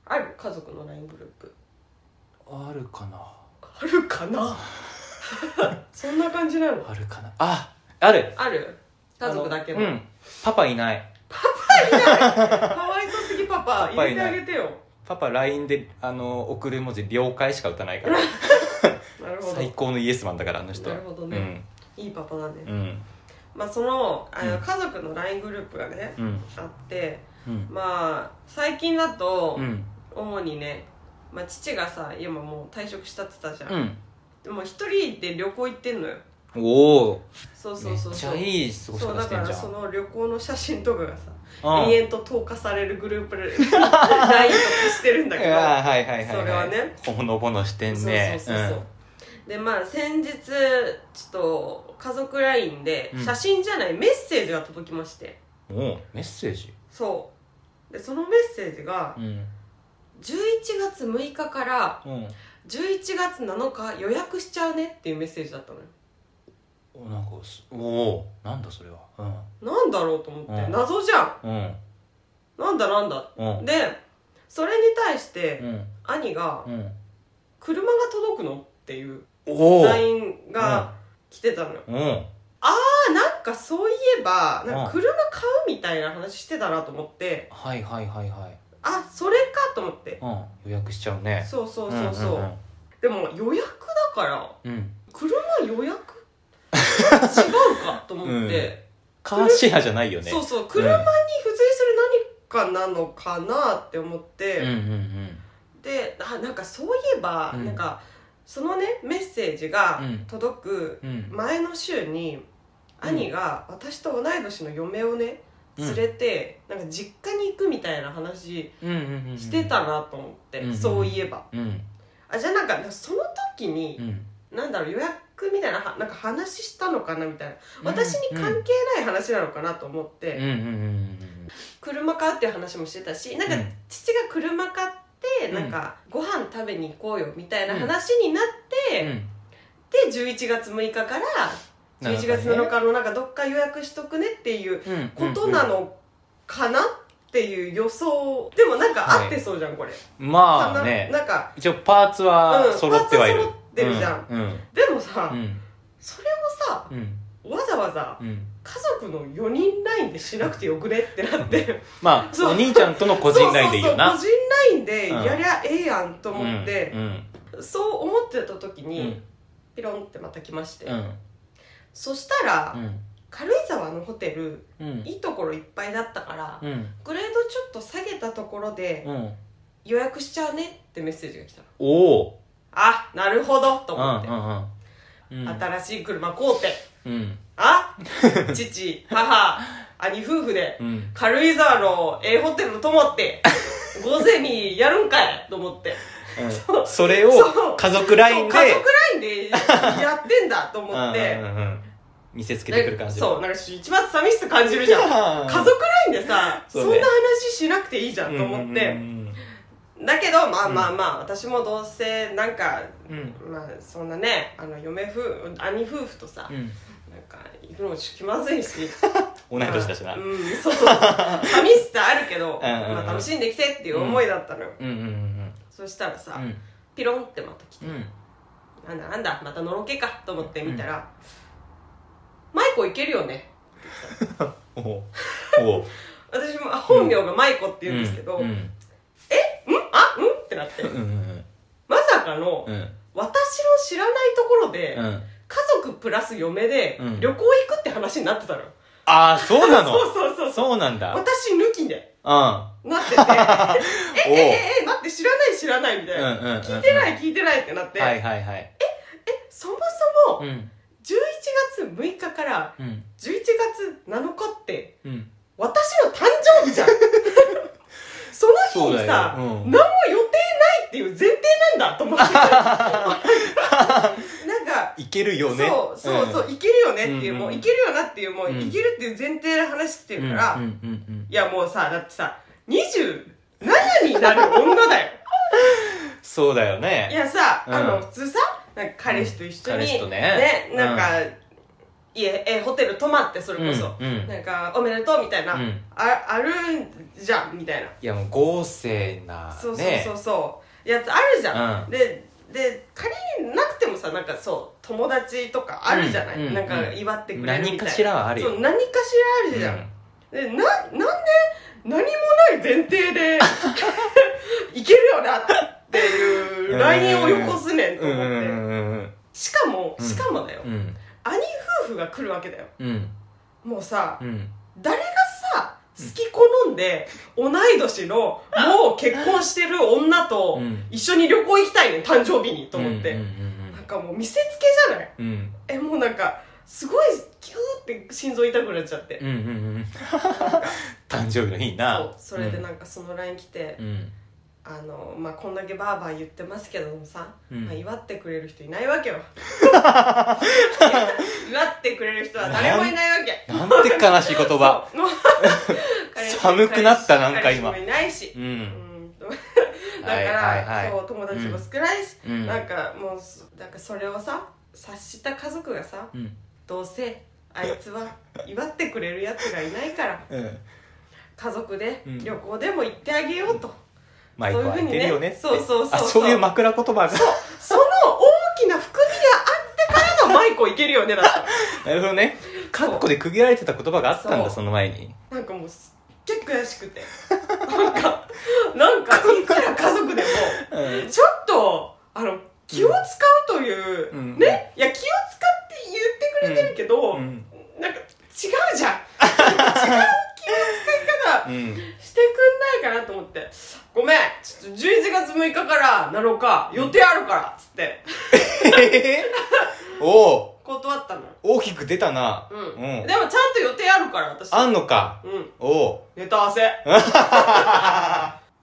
[SPEAKER 2] ある家族の LINE グループ
[SPEAKER 1] うんあるかな
[SPEAKER 2] あるか なそんな感じなの
[SPEAKER 1] あるかなあある
[SPEAKER 2] ある家族だけの、
[SPEAKER 1] あうんパパいない
[SPEAKER 2] かわいそうすぎパパ
[SPEAKER 1] パパ
[SPEAKER 2] 入れ
[SPEAKER 1] い
[SPEAKER 2] て
[SPEAKER 1] ない
[SPEAKER 2] あげてよ
[SPEAKER 1] パパ LINE であの送る文字「了解」しか打たないから
[SPEAKER 2] なるほど
[SPEAKER 1] 最高のイエスマンだからあの人は
[SPEAKER 2] なるほどねいいパパだね、
[SPEAKER 1] うんうん
[SPEAKER 2] まあそのあの、
[SPEAKER 1] うん
[SPEAKER 2] 家族の LINE グループがね
[SPEAKER 1] うん
[SPEAKER 2] あって
[SPEAKER 1] うん
[SPEAKER 2] まあ最近だと、
[SPEAKER 1] うん
[SPEAKER 2] 主にね、まあ、父がさ今もう退職したって言ったじゃん、
[SPEAKER 1] うん
[SPEAKER 2] でも一人で旅行行ってんのよ
[SPEAKER 1] おお
[SPEAKER 2] そうそ
[SPEAKER 1] め
[SPEAKER 2] う
[SPEAKER 1] っ
[SPEAKER 2] そう
[SPEAKER 1] ち
[SPEAKER 2] そう
[SPEAKER 1] ゃいい過ごし
[SPEAKER 2] そう
[SPEAKER 1] 方
[SPEAKER 2] だ
[SPEAKER 1] し
[SPEAKER 2] か
[SPEAKER 1] てん
[SPEAKER 2] ら
[SPEAKER 1] じゃ
[SPEAKER 2] そ
[SPEAKER 1] ん
[SPEAKER 2] の旅行の写真とかがさ
[SPEAKER 1] うん
[SPEAKER 2] 延々と投下されるグループで LINE とかしてるんだけど
[SPEAKER 1] あーはいはいはいい
[SPEAKER 2] それはね
[SPEAKER 1] ほのぼのしてんね
[SPEAKER 2] そうそうそうそう、でまあ先日ちょっと家族 LINE で
[SPEAKER 1] うん
[SPEAKER 2] 写真じゃないメッセージが届きまして、
[SPEAKER 1] うんおうメッセージ
[SPEAKER 2] そうでそのメッセージが
[SPEAKER 1] うん
[SPEAKER 2] 11月6日から
[SPEAKER 1] うん
[SPEAKER 2] 11月7日予約しちゃうねっていうメッセージだったのよ
[SPEAKER 1] おなんかすおおなんだそれは
[SPEAKER 2] なんだろうと思って、
[SPEAKER 1] うん
[SPEAKER 2] 謎じゃん
[SPEAKER 1] うんうん
[SPEAKER 2] なんだなんだ
[SPEAKER 1] うん
[SPEAKER 2] でそれに対して
[SPEAKER 1] うん
[SPEAKER 2] 兄が
[SPEAKER 1] うん
[SPEAKER 2] 「車が届くの?」っていう
[SPEAKER 1] おお
[SPEAKER 2] LINE が来てたのよ
[SPEAKER 1] うん
[SPEAKER 2] あなんかそういえばなん
[SPEAKER 1] うん
[SPEAKER 2] か車買うみたいな話してたなと思って
[SPEAKER 1] はいはいはいはい
[SPEAKER 2] あそれかと思って
[SPEAKER 1] うん予約しちゃうね
[SPEAKER 2] そうそうそうそう,、でも予約だから
[SPEAKER 1] うんうんうん
[SPEAKER 2] 車予約 違うかと思って、
[SPEAKER 1] うんカーシェアじゃないよね
[SPEAKER 2] そうそう車に付随する何かなのかなって思って、
[SPEAKER 1] うんうん
[SPEAKER 2] であなんかそういえば、
[SPEAKER 1] うん
[SPEAKER 2] なんかそのねメッセージが
[SPEAKER 1] うん
[SPEAKER 2] 届く
[SPEAKER 1] うんうん
[SPEAKER 2] 前の週に、
[SPEAKER 1] うん
[SPEAKER 2] 兄が私と同い年の嫁をね連れて、なんか実家に行くみたいな話
[SPEAKER 1] うんうんうん
[SPEAKER 2] してたなと思って、
[SPEAKER 1] うん
[SPEAKER 2] そういえば
[SPEAKER 1] うん
[SPEAKER 2] あじゃあなんかその時に
[SPEAKER 1] う、ん
[SPEAKER 2] なんだろう予約みたいなはなんか話したのかなみたいな私に関係ない話なのかなと思って、
[SPEAKER 1] うんうんうん
[SPEAKER 2] 車買うっていう話もしてたしなんか
[SPEAKER 1] うん
[SPEAKER 2] 父が車買って
[SPEAKER 1] うん
[SPEAKER 2] なんかご飯食べに行こうよみたいな話になって、
[SPEAKER 1] うん
[SPEAKER 2] で11月6日から
[SPEAKER 1] なるほ
[SPEAKER 2] 11
[SPEAKER 1] どね
[SPEAKER 2] 月7日のなんかどっか予約しとくねっていう
[SPEAKER 1] うんうん
[SPEAKER 2] ことなのかなっていう予想でもなんか合ってそうじゃんこれ、
[SPEAKER 1] まあ
[SPEAKER 2] か
[SPEAKER 1] ね
[SPEAKER 2] ななんか
[SPEAKER 1] 一応パーツは
[SPEAKER 2] うん
[SPEAKER 1] 揃ってはいる
[SPEAKER 2] パーツは揃ってるじゃん
[SPEAKER 1] うん
[SPEAKER 2] でもさ、
[SPEAKER 1] うん
[SPEAKER 2] それをさ
[SPEAKER 1] うん
[SPEAKER 2] 同わざわざ
[SPEAKER 1] うん、
[SPEAKER 2] 家族の4人ラインでしなくてよくねってなって
[SPEAKER 1] まあ
[SPEAKER 2] そう
[SPEAKER 1] お兄ちゃんとの個人ラインでいいよな
[SPEAKER 2] そうそうそう個人ラインでやりゃええやんと思って、
[SPEAKER 1] うんうん
[SPEAKER 2] そう思ってた時
[SPEAKER 1] う
[SPEAKER 2] に、
[SPEAKER 1] ん
[SPEAKER 2] ピロンってまた来まして、
[SPEAKER 1] うん
[SPEAKER 2] そしたら、
[SPEAKER 1] うん
[SPEAKER 2] 軽井沢のホテル
[SPEAKER 1] うん
[SPEAKER 2] いいところいっぱいだったから、
[SPEAKER 1] うん
[SPEAKER 2] グレードちょっと下げたところで
[SPEAKER 1] うん
[SPEAKER 2] 予約しちゃうねってメッセージが来たの
[SPEAKER 1] おお
[SPEAKER 2] あなるほどと
[SPEAKER 1] うん
[SPEAKER 2] 思って、
[SPEAKER 1] うんうん
[SPEAKER 2] 新しい車買うて
[SPEAKER 1] うん
[SPEAKER 2] あ父母兄夫婦で
[SPEAKER 1] うん
[SPEAKER 2] 軽井沢のええホテル泊まって午前にやるんかいと思って
[SPEAKER 1] うんそれを
[SPEAKER 2] そう
[SPEAKER 1] 家族ライ
[SPEAKER 2] そう
[SPEAKER 1] ンで
[SPEAKER 2] 家族ラインでやってんだと思っ
[SPEAKER 1] うん
[SPEAKER 2] て
[SPEAKER 1] うんうんうん見せつけてくる感じ
[SPEAKER 2] そうなんか一番寂しさ感じるじゃん
[SPEAKER 1] 家
[SPEAKER 2] 家族ラインでさそ,、
[SPEAKER 1] そうんね
[SPEAKER 2] な話しなくていいじゃんと思って、だけどまあまあまあ、私もどうせなんか
[SPEAKER 1] うんうん
[SPEAKER 2] まあそんなねあの嫁夫婦兄夫婦とさ、
[SPEAKER 1] うん
[SPEAKER 2] なんか行くのも気まずいし
[SPEAKER 1] 同い年だしな
[SPEAKER 2] う
[SPEAKER 1] うん
[SPEAKER 2] んそうそう寂しさあるけ
[SPEAKER 1] ん
[SPEAKER 2] ど、
[SPEAKER 1] うんうん
[SPEAKER 2] まあ、楽しんできてっていう思いだったのよ、
[SPEAKER 1] うんうんうん
[SPEAKER 2] そしたらさ、
[SPEAKER 1] うん
[SPEAKER 2] ピロンってまた来て
[SPEAKER 1] うん
[SPEAKER 2] なんだなんだまたのろけかと思って見たら、マイコいけるよね
[SPEAKER 1] おおお
[SPEAKER 2] 私も本名がマイコって 言うんですけど、
[SPEAKER 1] うん
[SPEAKER 2] うん
[SPEAKER 1] ん
[SPEAKER 2] あうんってなって
[SPEAKER 1] うんうん
[SPEAKER 2] まさかの、
[SPEAKER 1] うん
[SPEAKER 2] 私の知らないところで、
[SPEAKER 1] うん
[SPEAKER 2] 家族プラス嫁で
[SPEAKER 1] うん
[SPEAKER 2] 旅行行くって話になってたのよ、
[SPEAKER 1] ああそうなの
[SPEAKER 2] そうそうそうそう
[SPEAKER 1] そうなんだうん
[SPEAKER 2] 私抜きで
[SPEAKER 1] お
[SPEAKER 2] なっててええ
[SPEAKER 1] お
[SPEAKER 2] ええ待って知らない知らないみたいな、
[SPEAKER 1] うんうんうんうん
[SPEAKER 2] 聞いてない聞いてないってなって、
[SPEAKER 1] はいはいはい
[SPEAKER 2] そもそも
[SPEAKER 1] うん
[SPEAKER 2] 11月6日から
[SPEAKER 1] うん
[SPEAKER 2] 11月7日って
[SPEAKER 1] うん
[SPEAKER 2] 私の誕生日じゃん その日にさ、
[SPEAKER 1] そうだようん
[SPEAKER 2] 何も予定ないっていう前提なんだと思って なんか
[SPEAKER 1] いけるよね
[SPEAKER 2] そうそうそう、
[SPEAKER 1] ん
[SPEAKER 2] いけるよねっていう、
[SPEAKER 1] うんうん
[SPEAKER 2] もういけるよなっていうもう、
[SPEAKER 1] うん
[SPEAKER 2] いけるっていう前提で話してるから、
[SPEAKER 1] うん
[SPEAKER 2] い
[SPEAKER 1] うんうん
[SPEAKER 2] やもうさだってさ27になる女だよ
[SPEAKER 1] そうだよ
[SPEAKER 2] い
[SPEAKER 1] ね
[SPEAKER 2] やさ、あ
[SPEAKER 1] う
[SPEAKER 2] の
[SPEAKER 1] ん
[SPEAKER 2] 普通さなんか彼氏と一緒
[SPEAKER 1] うん
[SPEAKER 2] に、
[SPEAKER 1] 彼氏とねうん
[SPEAKER 2] なんか、家えホテル泊まってそれこそ、
[SPEAKER 1] うんうん
[SPEAKER 2] なんかおめでとうみたいな、
[SPEAKER 1] うん
[SPEAKER 2] ああるんじゃんみたいない
[SPEAKER 1] やもう豪勢な
[SPEAKER 2] そうそう
[SPEAKER 1] ね
[SPEAKER 2] そうそうやつあるじゃん、
[SPEAKER 1] うん
[SPEAKER 2] でで仮になくてもさなんかそう友達とかあるじゃない、
[SPEAKER 1] うんうん
[SPEAKER 2] なんか祝ってくれるみたいな
[SPEAKER 1] 何かしらはあるよ
[SPEAKER 2] そう何かしらあるじゃん、でななんで何もない前 提でいけるよなっていうラインをよこすねんと
[SPEAKER 1] う
[SPEAKER 2] 思っ
[SPEAKER 1] ん
[SPEAKER 2] て、
[SPEAKER 1] うんうんうん
[SPEAKER 2] しかも
[SPEAKER 1] うん
[SPEAKER 2] しかもだよ、
[SPEAKER 1] うん
[SPEAKER 2] 兄夫婦が来るわけだよ
[SPEAKER 1] うん
[SPEAKER 2] もうさ
[SPEAKER 1] うん
[SPEAKER 2] 誰がさ好き好んで同い年のもう結婚してる女と、
[SPEAKER 1] うん
[SPEAKER 2] 一緒に旅行行きたいね誕生日にと思って、
[SPEAKER 1] うん
[SPEAKER 2] なんかもう見せつけじゃない
[SPEAKER 1] うんうん
[SPEAKER 2] えもうなんかすごいキューって心臓痛くなっちゃって、
[SPEAKER 1] うんうんうんうん誕生日の日にな
[SPEAKER 2] そうそれでなんかその LINE 来て、
[SPEAKER 1] うん
[SPEAKER 2] あのまあこんだけバーバー言ってますけどもさ、
[SPEAKER 1] うん
[SPEAKER 2] まあ、祝ってくれる人いない わけよ祝ってくれる人は誰もいないわけ
[SPEAKER 1] なんて悲しい言葉
[SPEAKER 2] そうもう彼氏
[SPEAKER 1] 寒くなったなんか
[SPEAKER 2] 彼氏
[SPEAKER 1] 今
[SPEAKER 2] もいないし
[SPEAKER 1] う
[SPEAKER 2] うんん だから、
[SPEAKER 1] はいはいはい
[SPEAKER 2] そう友達も少ないし、
[SPEAKER 1] うん
[SPEAKER 2] なんかもうすなんかそれをさ察した家族がさ
[SPEAKER 1] うん
[SPEAKER 2] どうせあいつは祝ってくれるやつがいないから
[SPEAKER 1] うん
[SPEAKER 2] 家族で
[SPEAKER 1] うん
[SPEAKER 2] 旅行でも行ってあげようと、
[SPEAKER 1] マイクは開いてるよねって
[SPEAKER 2] そういうふうにねそうそうそう
[SPEAKER 1] あそういう枕言葉が
[SPEAKER 2] その大きな含みがあってからのマイコ行けるよねだった
[SPEAKER 1] なるほどねカッコで区切られてた言葉があったんだ
[SPEAKER 2] そう
[SPEAKER 1] その前に
[SPEAKER 2] なんかもうすっげえ悔しくてなんかなんかいくら家族でも
[SPEAKER 1] うん
[SPEAKER 2] ちょっとあの気を使うという、
[SPEAKER 1] うん
[SPEAKER 2] ねいや気を使って言ってくれてるけど、
[SPEAKER 1] うん
[SPEAKER 2] なんか違うじゃん違う気の使い方
[SPEAKER 1] うん
[SPEAKER 2] してくんないかなと思って「ごめんちょっと11月6日から7日予定あるから」っつって
[SPEAKER 1] えーおお
[SPEAKER 2] 断ったのよ
[SPEAKER 1] 大きく出たな
[SPEAKER 2] うん、
[SPEAKER 1] うん
[SPEAKER 2] でもちゃんと予定あるから私
[SPEAKER 1] あんのか
[SPEAKER 2] うん
[SPEAKER 1] おお
[SPEAKER 2] ネタ合わせ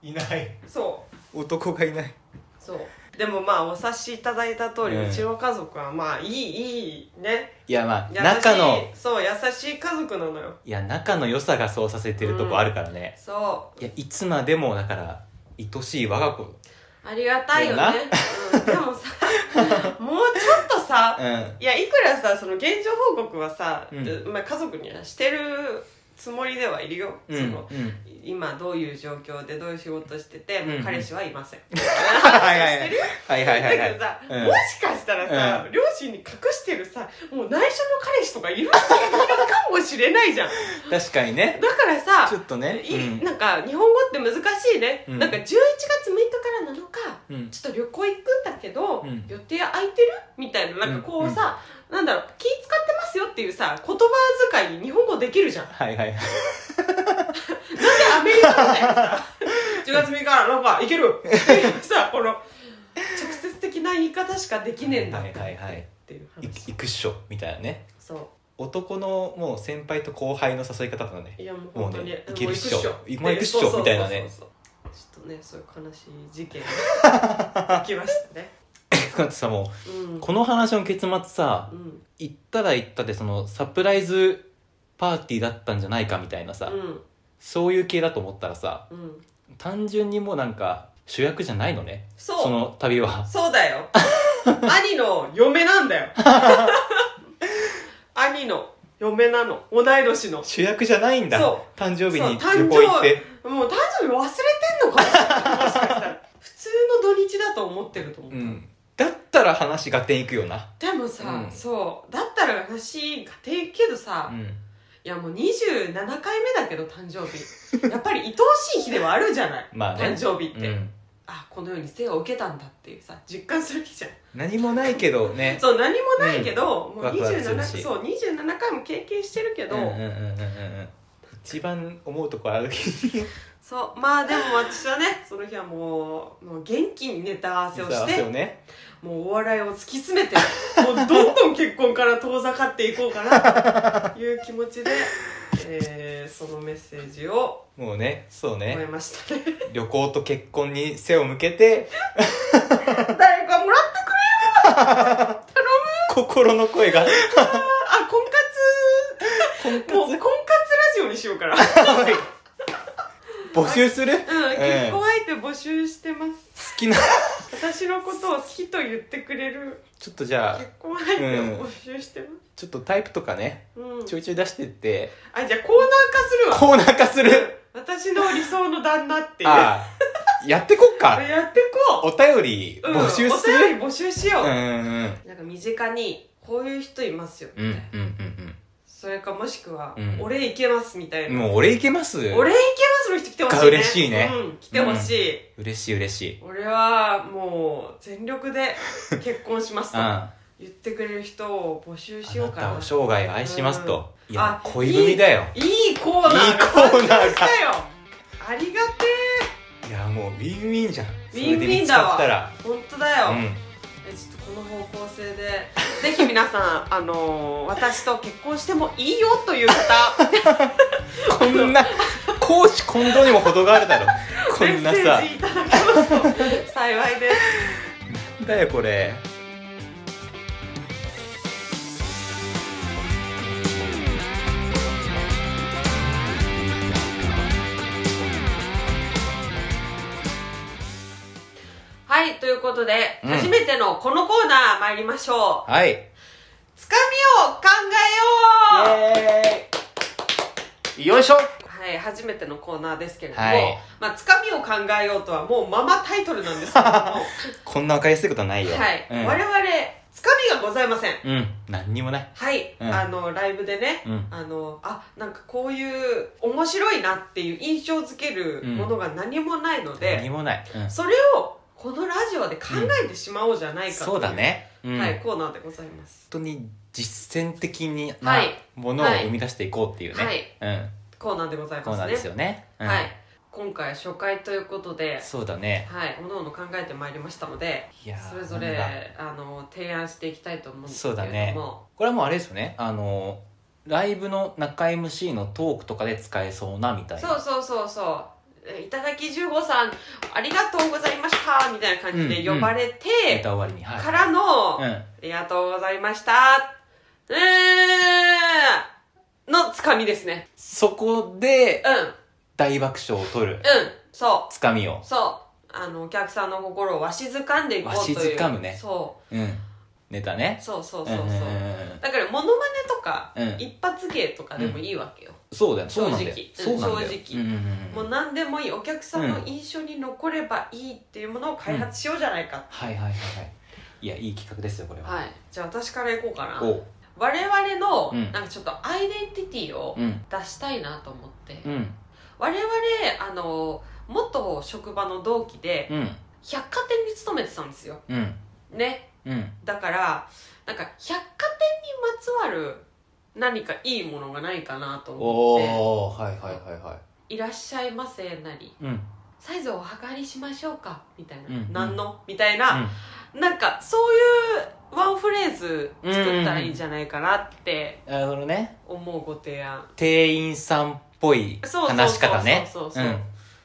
[SPEAKER 1] いない
[SPEAKER 2] そう
[SPEAKER 1] 男がいない
[SPEAKER 2] そうでもまあお察しいただいた通り、
[SPEAKER 1] うん
[SPEAKER 2] うちの家族はまあいいいいね
[SPEAKER 1] いやまあ
[SPEAKER 2] 優しい
[SPEAKER 1] 仲の
[SPEAKER 2] そう優しい家族なのよ
[SPEAKER 1] いや仲の良さがそうさせてるとこあるからね、
[SPEAKER 2] そ
[SPEAKER 1] いやいつまでもだから愛しい我が子
[SPEAKER 2] うありがたいよ
[SPEAKER 1] だよ
[SPEAKER 2] ね、うん、で もさもうちょっとさ
[SPEAKER 1] うん
[SPEAKER 2] いやいくらさその現状報告はさ、
[SPEAKER 1] うん
[SPEAKER 2] まあ、家族にはしてるつもりではいるよ、
[SPEAKER 1] うん
[SPEAKER 2] そ
[SPEAKER 1] うん
[SPEAKER 2] の今どういう状況でどういう仕事してて、
[SPEAKER 1] うんうん
[SPEAKER 2] 彼氏はいません
[SPEAKER 1] はいはい
[SPEAKER 2] してるよ
[SPEAKER 1] はいはいはいは
[SPEAKER 2] だ
[SPEAKER 1] い
[SPEAKER 2] けどさ、
[SPEAKER 1] うん
[SPEAKER 2] もしかしたらさ、
[SPEAKER 1] う
[SPEAKER 2] 両親に隠してるさもう内緒の彼氏とかいる人がいるかもしれな いじゃんだ
[SPEAKER 1] 確かにね
[SPEAKER 2] からさ
[SPEAKER 1] ちょっとね
[SPEAKER 2] い
[SPEAKER 1] うん
[SPEAKER 2] なんか日本語って難しいね、
[SPEAKER 1] うん
[SPEAKER 2] なんか11月6日から7日
[SPEAKER 1] うん
[SPEAKER 2] ちょっと旅行行くんだけど、
[SPEAKER 1] うん
[SPEAKER 2] 予定空いてるみたいななんかこうさ、なんだろう気使ってますよっていうさ言葉遣いに日本語できるじゃん
[SPEAKER 1] はいはいはい
[SPEAKER 2] アメリカみたいなさ10月3日からなんかい けるっていうさこの直接的な言い方しかできねえんだ
[SPEAKER 1] はいはいはい
[SPEAKER 2] っていう
[SPEAKER 1] い
[SPEAKER 2] 話
[SPEAKER 1] 行くっしょみたいなね
[SPEAKER 2] そ
[SPEAKER 1] 男のもう先輩と後輩の誘い方とかね
[SPEAKER 2] ういやもう
[SPEAKER 1] もう
[SPEAKER 2] 本当に
[SPEAKER 1] ねいけるっしょ
[SPEAKER 2] も
[SPEAKER 1] もう行くっしょ
[SPEAKER 2] そうそう
[SPEAKER 1] みたいなね
[SPEAKER 2] そうそうそうちょっとねそういう悲しい事件 が起きましたね
[SPEAKER 1] だってさも
[SPEAKER 2] うん
[SPEAKER 1] うこの話の結末さ
[SPEAKER 2] うん
[SPEAKER 1] 行ったら行ったでそのサプライズパーティーだったんじゃないかみたいなさ、
[SPEAKER 2] うん
[SPEAKER 1] そういう系だと思ったらさ
[SPEAKER 2] うん
[SPEAKER 1] 単純にもうなんか主役じゃないのね
[SPEAKER 2] そう
[SPEAKER 1] その旅は
[SPEAKER 2] そうだよ兄の嫁な んだよ兄の嫁なの同い年の
[SPEAKER 1] 主役じゃないんだ
[SPEAKER 2] そ
[SPEAKER 1] 誕生日に
[SPEAKER 2] そう誕生
[SPEAKER 1] 旅行行って
[SPEAKER 2] もう誕生日忘れてんの かなもしかしたら普通の土日だと思ってると思う、
[SPEAKER 1] うんだったら話合点いくよな
[SPEAKER 2] でもさ、
[SPEAKER 1] うん
[SPEAKER 2] そうだったら私家庭けどさ、
[SPEAKER 1] う
[SPEAKER 2] い
[SPEAKER 1] ん
[SPEAKER 2] やもう27回目だけど誕生 日やっぱり愛おしい日ではあるじゃない、
[SPEAKER 1] まあね
[SPEAKER 2] 誕生日って、
[SPEAKER 1] うん
[SPEAKER 2] あこのように生を受けたんだっていうさ実感する日じゃん
[SPEAKER 1] 何もないけど ね
[SPEAKER 2] そう何もないけど、もう
[SPEAKER 1] ワクワクする
[SPEAKER 2] 27
[SPEAKER 1] し
[SPEAKER 2] そう27回も経験してるけど、
[SPEAKER 1] うんうんうんうんうんうん一番思うとこある日に
[SPEAKER 2] そうまあでも私はねその日はもうもう元気にネタ合わせをし
[SPEAKER 1] 汗
[SPEAKER 2] て
[SPEAKER 1] をね
[SPEAKER 2] もうお笑いを突き詰 めてもうどんどん結婚から遠ざかっていこうかなという気持ちで、えーそのメッセージを
[SPEAKER 1] もうねそう
[SPEAKER 2] 終え
[SPEAKER 1] ね
[SPEAKER 2] ましたね
[SPEAKER 1] 旅行と結婚に背を向けて
[SPEAKER 2] 誰かもらってくれ
[SPEAKER 1] 心の声が
[SPEAKER 2] あ婚
[SPEAKER 1] 婚
[SPEAKER 2] 活もう婚活ラジオにしようから、うん、結
[SPEAKER 1] 募集する好
[SPEAKER 2] 婚相手募集してます
[SPEAKER 1] きな
[SPEAKER 2] 私のことを好きと言ってくれる
[SPEAKER 1] ちょっとじゃあ
[SPEAKER 2] 結婚相手を募集してま
[SPEAKER 1] ちょっとタイプとかね
[SPEAKER 2] す、うん
[SPEAKER 1] ちょいちょい出してって
[SPEAKER 2] あじゃあコーナー化するわ
[SPEAKER 1] コーナー化する
[SPEAKER 2] 私の理想の旦那っていう
[SPEAKER 1] ああやってこっか
[SPEAKER 2] やってこう
[SPEAKER 1] お便り
[SPEAKER 2] うん
[SPEAKER 1] 募集す
[SPEAKER 2] お
[SPEAKER 1] る
[SPEAKER 2] 便り募集しよう、
[SPEAKER 1] うんうん
[SPEAKER 2] なんか身近にこういう人いますよみ
[SPEAKER 1] うんう
[SPEAKER 2] たい
[SPEAKER 1] ん
[SPEAKER 2] な、それかもしくは、
[SPEAKER 1] うん
[SPEAKER 2] 俺いけますみたい
[SPEAKER 1] うんう
[SPEAKER 2] な、
[SPEAKER 1] んもう俺いけます
[SPEAKER 2] 俺いけますの人来てほしいね
[SPEAKER 1] が嬉しいね
[SPEAKER 2] うん、来てほしい、
[SPEAKER 1] 嬉しい嬉しい
[SPEAKER 2] 俺はもう全力で結婚します
[SPEAKER 1] う
[SPEAKER 2] と
[SPEAKER 1] ん
[SPEAKER 2] 言ってくれる人を募集し
[SPEAKER 1] あ
[SPEAKER 2] よ
[SPEAKER 1] な
[SPEAKER 2] うかな
[SPEAKER 1] たを生涯愛しますと、
[SPEAKER 2] うん
[SPEAKER 1] いや
[SPEAKER 2] あ
[SPEAKER 1] 恋文だよ
[SPEAKER 2] いいコーナー
[SPEAKER 1] いいコーナーが
[SPEAKER 2] が誕生したよありがて
[SPEAKER 1] いやもうウィンウィンじゃん
[SPEAKER 2] えウィンウィンだわ
[SPEAKER 1] それで見つかったら
[SPEAKER 2] 本当だよ、
[SPEAKER 1] うん
[SPEAKER 2] えちょっとこの方向性で ぜひ皆さん、あのー私と結婚してもいいよという方
[SPEAKER 1] こんな公私混同にも程がある だろ こんな
[SPEAKER 2] メ
[SPEAKER 1] さ
[SPEAKER 2] ッセージいただけますと幸いです
[SPEAKER 1] だよこれ
[SPEAKER 2] はい、ということで、
[SPEAKER 1] うん
[SPEAKER 2] 初めてのこのコーナー参りましょう。
[SPEAKER 1] はいイエ
[SPEAKER 2] つかみを考えよう
[SPEAKER 1] ーイよいしょ
[SPEAKER 2] はい、初めてのコーナーですけれども、
[SPEAKER 1] はい
[SPEAKER 2] まあ、つかみを考えようとはもうままタイトルなんですけれども、は
[SPEAKER 1] こんな分かりやすいことは ないよ
[SPEAKER 2] い、
[SPEAKER 1] うん、
[SPEAKER 2] 我々、つかみがございません。
[SPEAKER 1] うん何にもない
[SPEAKER 2] はい、
[SPEAKER 1] うん
[SPEAKER 2] あの、ライブでね、
[SPEAKER 1] うん
[SPEAKER 2] あの、あ、なんかこういう面白いなっていう印象づけるものが何もないの
[SPEAKER 1] 何
[SPEAKER 2] で、
[SPEAKER 1] もない、うん、
[SPEAKER 2] それをこのラジオで考えてしまおうじゃないかとい
[SPEAKER 1] そうだ、ね、うん
[SPEAKER 2] はい、
[SPEAKER 1] 本
[SPEAKER 2] コーナーでございます。
[SPEAKER 1] 当に実践的に
[SPEAKER 2] は
[SPEAKER 1] ないものを生み出していこうっていうね、
[SPEAKER 2] はい
[SPEAKER 1] うん
[SPEAKER 2] コーナーでございます
[SPEAKER 1] コ
[SPEAKER 2] ね。
[SPEAKER 1] ーナーですよね、うん
[SPEAKER 2] はい、今回初回ということで、
[SPEAKER 1] そうだね
[SPEAKER 2] はい、おのおの考えてまいりましたので
[SPEAKER 1] いやー
[SPEAKER 2] それぞれ
[SPEAKER 1] なんだ
[SPEAKER 2] あの提案していきたいと思うんですけ
[SPEAKER 1] そうだ
[SPEAKER 2] れ
[SPEAKER 1] ね
[SPEAKER 2] ども
[SPEAKER 1] これはもうあれですよねあのライブの中 MC のトークとかで使えそうなみたい
[SPEAKER 2] そう,、
[SPEAKER 1] な
[SPEAKER 2] そうそうそうえいただき十五さんありがとうございました」みたいな感じで
[SPEAKER 1] うん
[SPEAKER 2] 呼ばれて、
[SPEAKER 1] 歌終わりにはい
[SPEAKER 2] からの、
[SPEAKER 1] う
[SPEAKER 2] あ
[SPEAKER 1] ん
[SPEAKER 2] りがとうございました」うーんのつかみですね
[SPEAKER 1] そこで
[SPEAKER 2] うんうん
[SPEAKER 1] 大爆笑を取る
[SPEAKER 2] そ
[SPEAKER 1] つかみを
[SPEAKER 2] うそうあのお客さんの心をわしづかんでいこうという
[SPEAKER 1] わしづかむね
[SPEAKER 2] そう
[SPEAKER 1] うんネタね
[SPEAKER 2] そうそうそうそう、
[SPEAKER 1] んんんん
[SPEAKER 2] だからモノマネとか
[SPEAKER 1] うん
[SPEAKER 2] 一発芸とかでもいいわけよ、
[SPEAKER 1] そうだよそうなんだよ
[SPEAKER 2] 正直
[SPEAKER 1] そうなんだよ
[SPEAKER 2] 正直
[SPEAKER 1] うんうんうん
[SPEAKER 2] も
[SPEAKER 1] うん
[SPEAKER 2] う何でもいいお客さんの印象に残ればいいっていうものを開発しようじゃないか、
[SPEAKER 1] はいはいはいはいいやいい企画ですよこれは、
[SPEAKER 2] はいじゃあ私からいこうかな
[SPEAKER 1] おう
[SPEAKER 2] 我々の
[SPEAKER 1] うん
[SPEAKER 2] なんかちょっとアイデンティティを
[SPEAKER 1] うん
[SPEAKER 2] 出したいなと思って、
[SPEAKER 1] うん
[SPEAKER 2] 我々あの元職場の同期で
[SPEAKER 1] うん
[SPEAKER 2] 百貨店に勤めてたんですよ
[SPEAKER 1] うん
[SPEAKER 2] ね
[SPEAKER 1] うん
[SPEAKER 2] だからなんか百貨店にまつわる何かいいものがないかなと思って
[SPEAKER 1] おおはいはいはいはい
[SPEAKER 2] 「いらっしゃいませ」なり
[SPEAKER 1] うん
[SPEAKER 2] 「サイズをお測りしましょうか」みたいな「
[SPEAKER 1] うんうん
[SPEAKER 2] 何の?」みたいな、なんかそういうワンフレーズ作ったらいいんじゃないかなって
[SPEAKER 1] うんなるほどね
[SPEAKER 2] 思うご提案
[SPEAKER 1] 店員さんっぽい
[SPEAKER 2] そうそうそうそう
[SPEAKER 1] 話し方ね
[SPEAKER 2] そうそう
[SPEAKER 1] う
[SPEAKER 2] そうん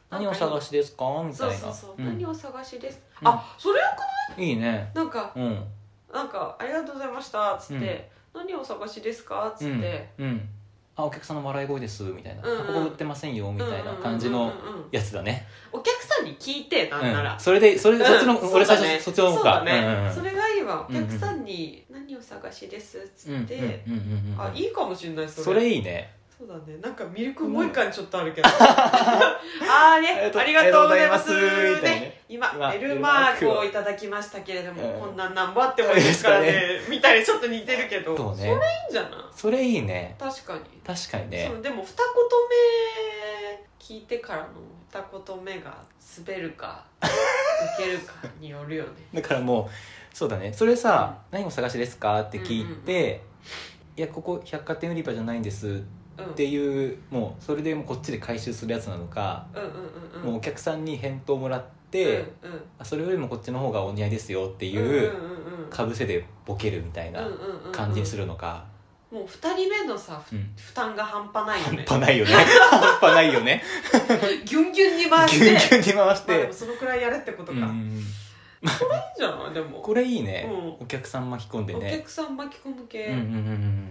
[SPEAKER 1] 何を探しですかみた
[SPEAKER 2] そ
[SPEAKER 1] いうな
[SPEAKER 2] そうそう、
[SPEAKER 1] ん
[SPEAKER 2] 何を探しです
[SPEAKER 1] うん
[SPEAKER 2] あそれよくない
[SPEAKER 1] いいね
[SPEAKER 2] なんか
[SPEAKER 1] うん
[SPEAKER 2] なんか「ありがとうございました」っつって「何をお探しですか?」っつって、
[SPEAKER 1] うんうんあお客さんの笑い声ですみたいな、
[SPEAKER 2] うんうん
[SPEAKER 1] ここ売ってませんよみたいな感じの
[SPEAKER 2] うんうんうんうん
[SPEAKER 1] やつだね、
[SPEAKER 2] お客さんに聞いてなんな
[SPEAKER 1] う
[SPEAKER 2] ら
[SPEAKER 1] ん、、それでそれ
[SPEAKER 2] うん
[SPEAKER 1] そっちの、
[SPEAKER 2] そう
[SPEAKER 1] 俺最
[SPEAKER 2] だ
[SPEAKER 1] 初、
[SPEAKER 2] ね
[SPEAKER 1] そっちの方
[SPEAKER 2] そう
[SPEAKER 1] か
[SPEAKER 2] だね、
[SPEAKER 1] うんうん
[SPEAKER 2] それがいいわ
[SPEAKER 1] う
[SPEAKER 2] お
[SPEAKER 1] んうん
[SPEAKER 2] 客さんに「何を探しです」っつ
[SPEAKER 1] う
[SPEAKER 2] って、
[SPEAKER 1] んうんうんうんうん、
[SPEAKER 2] あいいかもしれないそれ
[SPEAKER 1] それいいね
[SPEAKER 2] そうだねなんかミルクもう一缶ちょっとあるけど、あーねありがとうございます
[SPEAKER 1] ありがとうございますみたいな
[SPEAKER 2] ね
[SPEAKER 1] ね
[SPEAKER 2] 今
[SPEAKER 1] 今
[SPEAKER 2] エルマーク
[SPEAKER 1] エル
[SPEAKER 2] を
[SPEAKER 1] マークを
[SPEAKER 2] いただきましたけれども、
[SPEAKER 1] うん
[SPEAKER 2] こんなんなんぼあってもいいですからね
[SPEAKER 1] いいで
[SPEAKER 2] みたいにちょっと似てるけど
[SPEAKER 1] そう
[SPEAKER 2] れ
[SPEAKER 1] ね
[SPEAKER 2] いいんじゃな
[SPEAKER 1] それいいね
[SPEAKER 2] い確かに
[SPEAKER 1] 確かにね
[SPEAKER 2] そうでも二言目聞いてからの二言目が滑るか受けるかによるよね
[SPEAKER 1] だからもうそうだねそれさ「何を探しですか?」って聞いて「いやここ百貨店売り場じゃないんです」
[SPEAKER 2] うん
[SPEAKER 1] っていうもうそれでもうこっちで回収するやつなのか、
[SPEAKER 2] うんうんうんうん
[SPEAKER 1] もうお客さんに返答もらって、
[SPEAKER 2] うんうん
[SPEAKER 1] あそれよりもこっちの方がお似合いですよってい
[SPEAKER 2] うんうん
[SPEAKER 1] う
[SPEAKER 2] うん
[SPEAKER 1] かぶせでボケるみたいな
[SPEAKER 2] うんうんうん
[SPEAKER 1] 感じにするのか、
[SPEAKER 2] もう二人目のさ、ふ
[SPEAKER 1] うん
[SPEAKER 2] 負担が半端ないよ
[SPEAKER 1] 半
[SPEAKER 2] ね
[SPEAKER 1] 端ないよね 半端ないよね
[SPEAKER 2] ギュンギュンに回し
[SPEAKER 1] ぎ
[SPEAKER 2] て
[SPEAKER 1] ゅんぎゅんに回し
[SPEAKER 2] まあで
[SPEAKER 1] て
[SPEAKER 2] も、そのくらいやれってことか、
[SPEAKER 1] う
[SPEAKER 2] いいん
[SPEAKER 1] ん
[SPEAKER 2] じゃないでも
[SPEAKER 1] これいいね、
[SPEAKER 2] う
[SPEAKER 1] お客さん巻き込んで
[SPEAKER 2] ん、お
[SPEAKER 1] ね
[SPEAKER 2] 客さん巻き込む系、
[SPEAKER 1] うんうん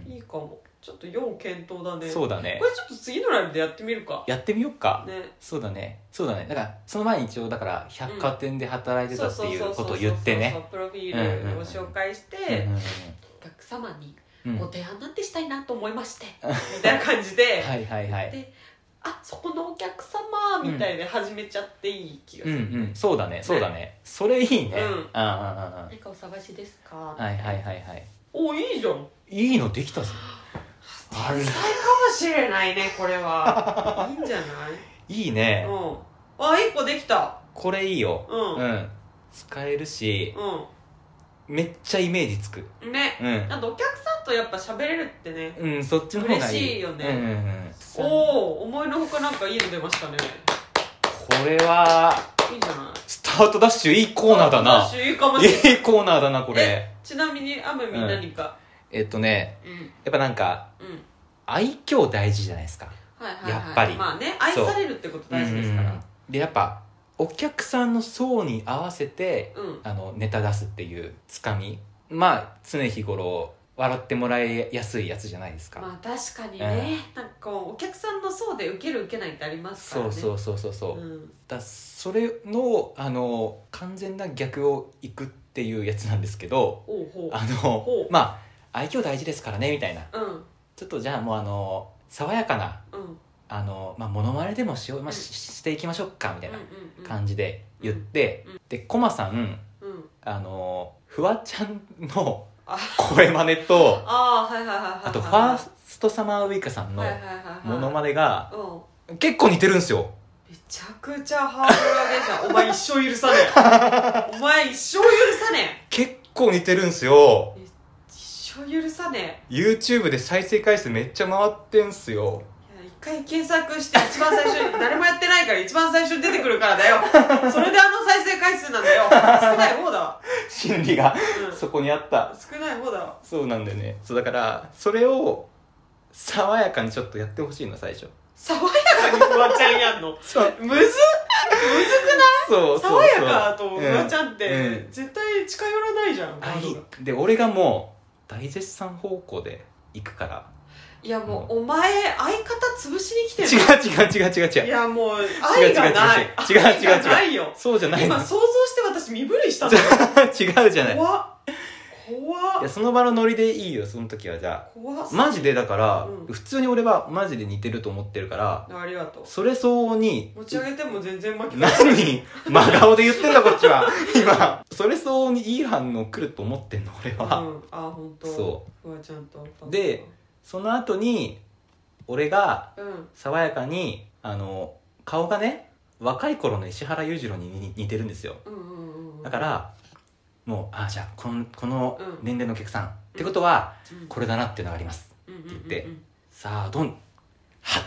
[SPEAKER 1] うん
[SPEAKER 2] いいかもちょっと要検討だ
[SPEAKER 1] う
[SPEAKER 2] ね
[SPEAKER 1] んそううだね
[SPEAKER 2] これちょっと次のライブでやってみるか
[SPEAKER 1] やってみようか、
[SPEAKER 2] ね
[SPEAKER 1] そうだねそうだねだからその前に一応だから百貨店で働いてたっていう
[SPEAKER 2] そ
[SPEAKER 1] こと
[SPEAKER 2] そ
[SPEAKER 1] を
[SPEAKER 2] そそ
[SPEAKER 1] 言ってね
[SPEAKER 2] プロフィールを紹介して、
[SPEAKER 1] うん
[SPEAKER 2] お客様に
[SPEAKER 1] うんうんうん
[SPEAKER 2] ご提案なんてしたいなと思いまして、みたいな感じ で、
[SPEAKER 1] はいはいはい
[SPEAKER 2] であそこのお客様みたいで始めちゃっていい気がす
[SPEAKER 1] うん
[SPEAKER 2] る、
[SPEAKER 1] うんそうだねそうだねそれいいね、
[SPEAKER 2] うん
[SPEAKER 1] うんうんうんうんは
[SPEAKER 2] 何かお探しですか、
[SPEAKER 1] いはいはいはい
[SPEAKER 2] おいいじゃん
[SPEAKER 1] いいのできたぞあ
[SPEAKER 2] 天才かもしれないねこれ はいいんじゃない
[SPEAKER 1] いいね、
[SPEAKER 2] うんあ一個できた
[SPEAKER 1] これいいよ
[SPEAKER 2] うん
[SPEAKER 1] うん、使えるし
[SPEAKER 2] う
[SPEAKER 1] めっちゃイメージつく
[SPEAKER 2] んね
[SPEAKER 1] うん
[SPEAKER 2] あとお客さんとやっぱ喋れるってね
[SPEAKER 1] うんそっちの方がいい
[SPEAKER 2] 嬉しいよね
[SPEAKER 1] うんうんうん、
[SPEAKER 2] お
[SPEAKER 1] こ
[SPEAKER 2] お思いのほかなんかいいの出ましたね
[SPEAKER 1] れはい
[SPEAKER 2] いじゃない
[SPEAKER 1] スタートダッシュいいコーナーだな
[SPEAKER 2] 私いいかもしれない
[SPEAKER 1] いいコーナーだなこれ
[SPEAKER 2] ちなみにあむみ
[SPEAKER 1] うん
[SPEAKER 2] 何か
[SPEAKER 1] えっとね
[SPEAKER 2] うん
[SPEAKER 1] やっぱなんか
[SPEAKER 2] うん
[SPEAKER 1] 愛嬌大事じゃないですか
[SPEAKER 2] はいはいはい
[SPEAKER 1] やっぱり
[SPEAKER 2] まあね愛されるってこと大事ですか
[SPEAKER 1] うん
[SPEAKER 2] ら
[SPEAKER 1] でやっぱお客さんの層に合わせて
[SPEAKER 2] うん
[SPEAKER 1] あのネタ出すっていうつかみまあ常日頃笑ってもらいやすいやつじゃないですか、
[SPEAKER 2] まあ確かにねなんかこうお客さんの層で受ける受けないってありますから
[SPEAKER 1] そ
[SPEAKER 2] ね
[SPEAKER 1] うそうそうそうそう、
[SPEAKER 2] うん
[SPEAKER 1] だそれのあの完全な逆をいくっていうやつなんですけど
[SPEAKER 2] おうほ
[SPEAKER 1] あの
[SPEAKER 2] ほう
[SPEAKER 1] まあ愛嬌大事ですからねみたいな
[SPEAKER 2] ううん
[SPEAKER 1] ちょっとじゃあもうあの爽やかな
[SPEAKER 2] うん
[SPEAKER 1] あのまあモノマネでもしよう、まあ、ししていきましょうかみたいな感じで言って、でコマさん
[SPEAKER 2] うんうんうん
[SPEAKER 1] あのフワちゃんの
[SPEAKER 2] あ
[SPEAKER 1] 声真似と
[SPEAKER 2] ああはいはいはいはいはい
[SPEAKER 1] あとファーストサマーウイカさんの
[SPEAKER 2] はいはいはいはい
[SPEAKER 1] モノマネが
[SPEAKER 2] うん
[SPEAKER 1] 結構似てるんですよ
[SPEAKER 2] めちゃくちゃハードル上げじゃんお前一生許さね えお前一生許さね
[SPEAKER 1] 結構似てるんですよ
[SPEAKER 2] え一生許さね
[SPEAKER 1] YouTube で再生回数めっちゃ回ってんすよ
[SPEAKER 2] えいや一回検索して一番最初に誰もやってないから一番最初に出てくるから だよそれであの再生回数なんだよ少ない方だわ、
[SPEAKER 1] 心理が
[SPEAKER 2] うん、
[SPEAKER 1] そこにあった
[SPEAKER 2] 少ない方だわ
[SPEAKER 1] そうなんだよねそうだからそれを爽やかにちょっとやってほしいの最初
[SPEAKER 2] 爽やかにフワちゃんやんの
[SPEAKER 1] そう
[SPEAKER 2] むず
[SPEAKER 1] そうそうそう
[SPEAKER 2] 爽やかとフワちゃんっ
[SPEAKER 1] うんう
[SPEAKER 2] て
[SPEAKER 1] ん
[SPEAKER 2] 絶対近寄らないじゃん、
[SPEAKER 1] あ
[SPEAKER 2] ワードが
[SPEAKER 1] いいで俺がもう大絶賛方向で行くから
[SPEAKER 2] いやもうお前相方潰しに来て
[SPEAKER 1] 違
[SPEAKER 2] る
[SPEAKER 1] う違う違う違う違う
[SPEAKER 2] いやもう愛がない
[SPEAKER 1] 違う違う違う
[SPEAKER 2] 愛がないよ
[SPEAKER 1] そうじゃないの
[SPEAKER 2] 今
[SPEAKER 1] 違
[SPEAKER 2] 想像して私身震いしたんだよ
[SPEAKER 1] うじゃない
[SPEAKER 2] 怖っ
[SPEAKER 1] い
[SPEAKER 2] 怖
[SPEAKER 1] や
[SPEAKER 2] っ
[SPEAKER 1] その場のノリでいいよその時はじゃ
[SPEAKER 2] 怖っ
[SPEAKER 1] あマジでだから、
[SPEAKER 2] うん
[SPEAKER 1] 普通に俺はマジで似てると思ってるから
[SPEAKER 2] ありがとう
[SPEAKER 1] それ相応に
[SPEAKER 2] 持ち上げても全然巻き返せ
[SPEAKER 1] 何真顔で言ってんだこっちは今それ相応にいい反応来ると思ってんの俺
[SPEAKER 2] うん、
[SPEAKER 1] は、
[SPEAKER 2] あ本当
[SPEAKER 1] そう
[SPEAKER 2] わちゃんと
[SPEAKER 1] でその後に俺が
[SPEAKER 2] うん
[SPEAKER 1] 爽やかにあの顔がね若い頃の石原裕次郎に似似てるんですよ
[SPEAKER 2] うんうんうんうん
[SPEAKER 1] だからもうあじゃあこのこの
[SPEAKER 2] うん
[SPEAKER 1] 年齢のお客さん、ってことは
[SPEAKER 2] うん
[SPEAKER 1] これだなっていうのがあります
[SPEAKER 2] うんうんうんう
[SPEAKER 1] っ
[SPEAKER 2] ん
[SPEAKER 1] て言ってさあどんはっ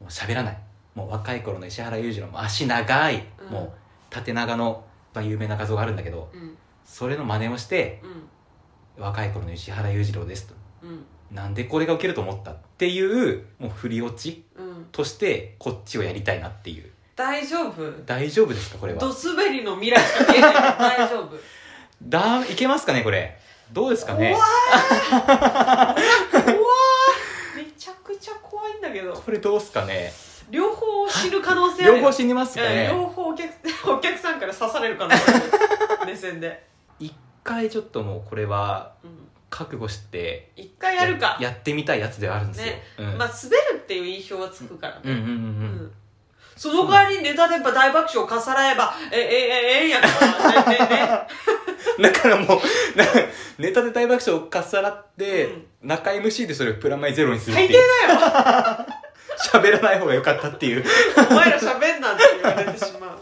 [SPEAKER 1] もう喋らないもう若い頃の石原裕次郎も足長い、
[SPEAKER 2] うん
[SPEAKER 1] もう縦長の、まあ、有名な画像があるんだけど
[SPEAKER 2] うん
[SPEAKER 1] それの真似をして
[SPEAKER 2] うん
[SPEAKER 1] 若い頃の石原裕次郎ですと
[SPEAKER 2] うん
[SPEAKER 1] なんでこれがウケると思ったっていうもう振り落ち
[SPEAKER 2] うん
[SPEAKER 1] としてこっちをやりたいなっていう
[SPEAKER 2] 大丈夫
[SPEAKER 1] 大丈夫ですかこれは
[SPEAKER 2] ドスベリの未来しか見えない大 丈夫
[SPEAKER 1] だいけますかねこれどうですかね
[SPEAKER 2] 怖 い怖いめちゃくちゃ怖いんだけど
[SPEAKER 1] これどうすかね
[SPEAKER 2] 両方死ぬ可能性あ
[SPEAKER 1] 両
[SPEAKER 2] る
[SPEAKER 1] 方死にますか
[SPEAKER 2] うん両
[SPEAKER 1] ね
[SPEAKER 2] 方お客 お客さんから刺される可能性ある目線で、
[SPEAKER 1] 一回ちょっともうこれは
[SPEAKER 2] うん、
[SPEAKER 1] 覚悟して
[SPEAKER 2] 一回やるか
[SPEAKER 1] やってみたいやつではあるんですよ、
[SPEAKER 2] ね
[SPEAKER 1] うん
[SPEAKER 2] まあ滑るっていう印象はつくから
[SPEAKER 1] うんうんうん
[SPEAKER 2] う
[SPEAKER 1] うん
[SPEAKER 2] んその代わりにネタで大爆笑を重らえばえええええやからねねね
[SPEAKER 1] だからもう なネタで大爆笑をかっさらって、
[SPEAKER 2] うん
[SPEAKER 1] 中 MC でそれをプラマイゼロにするって
[SPEAKER 2] 最低
[SPEAKER 1] いう
[SPEAKER 2] だよ
[SPEAKER 1] 喋らない方が良かったっていう
[SPEAKER 2] お前ら喋んなんて言われてしまうなる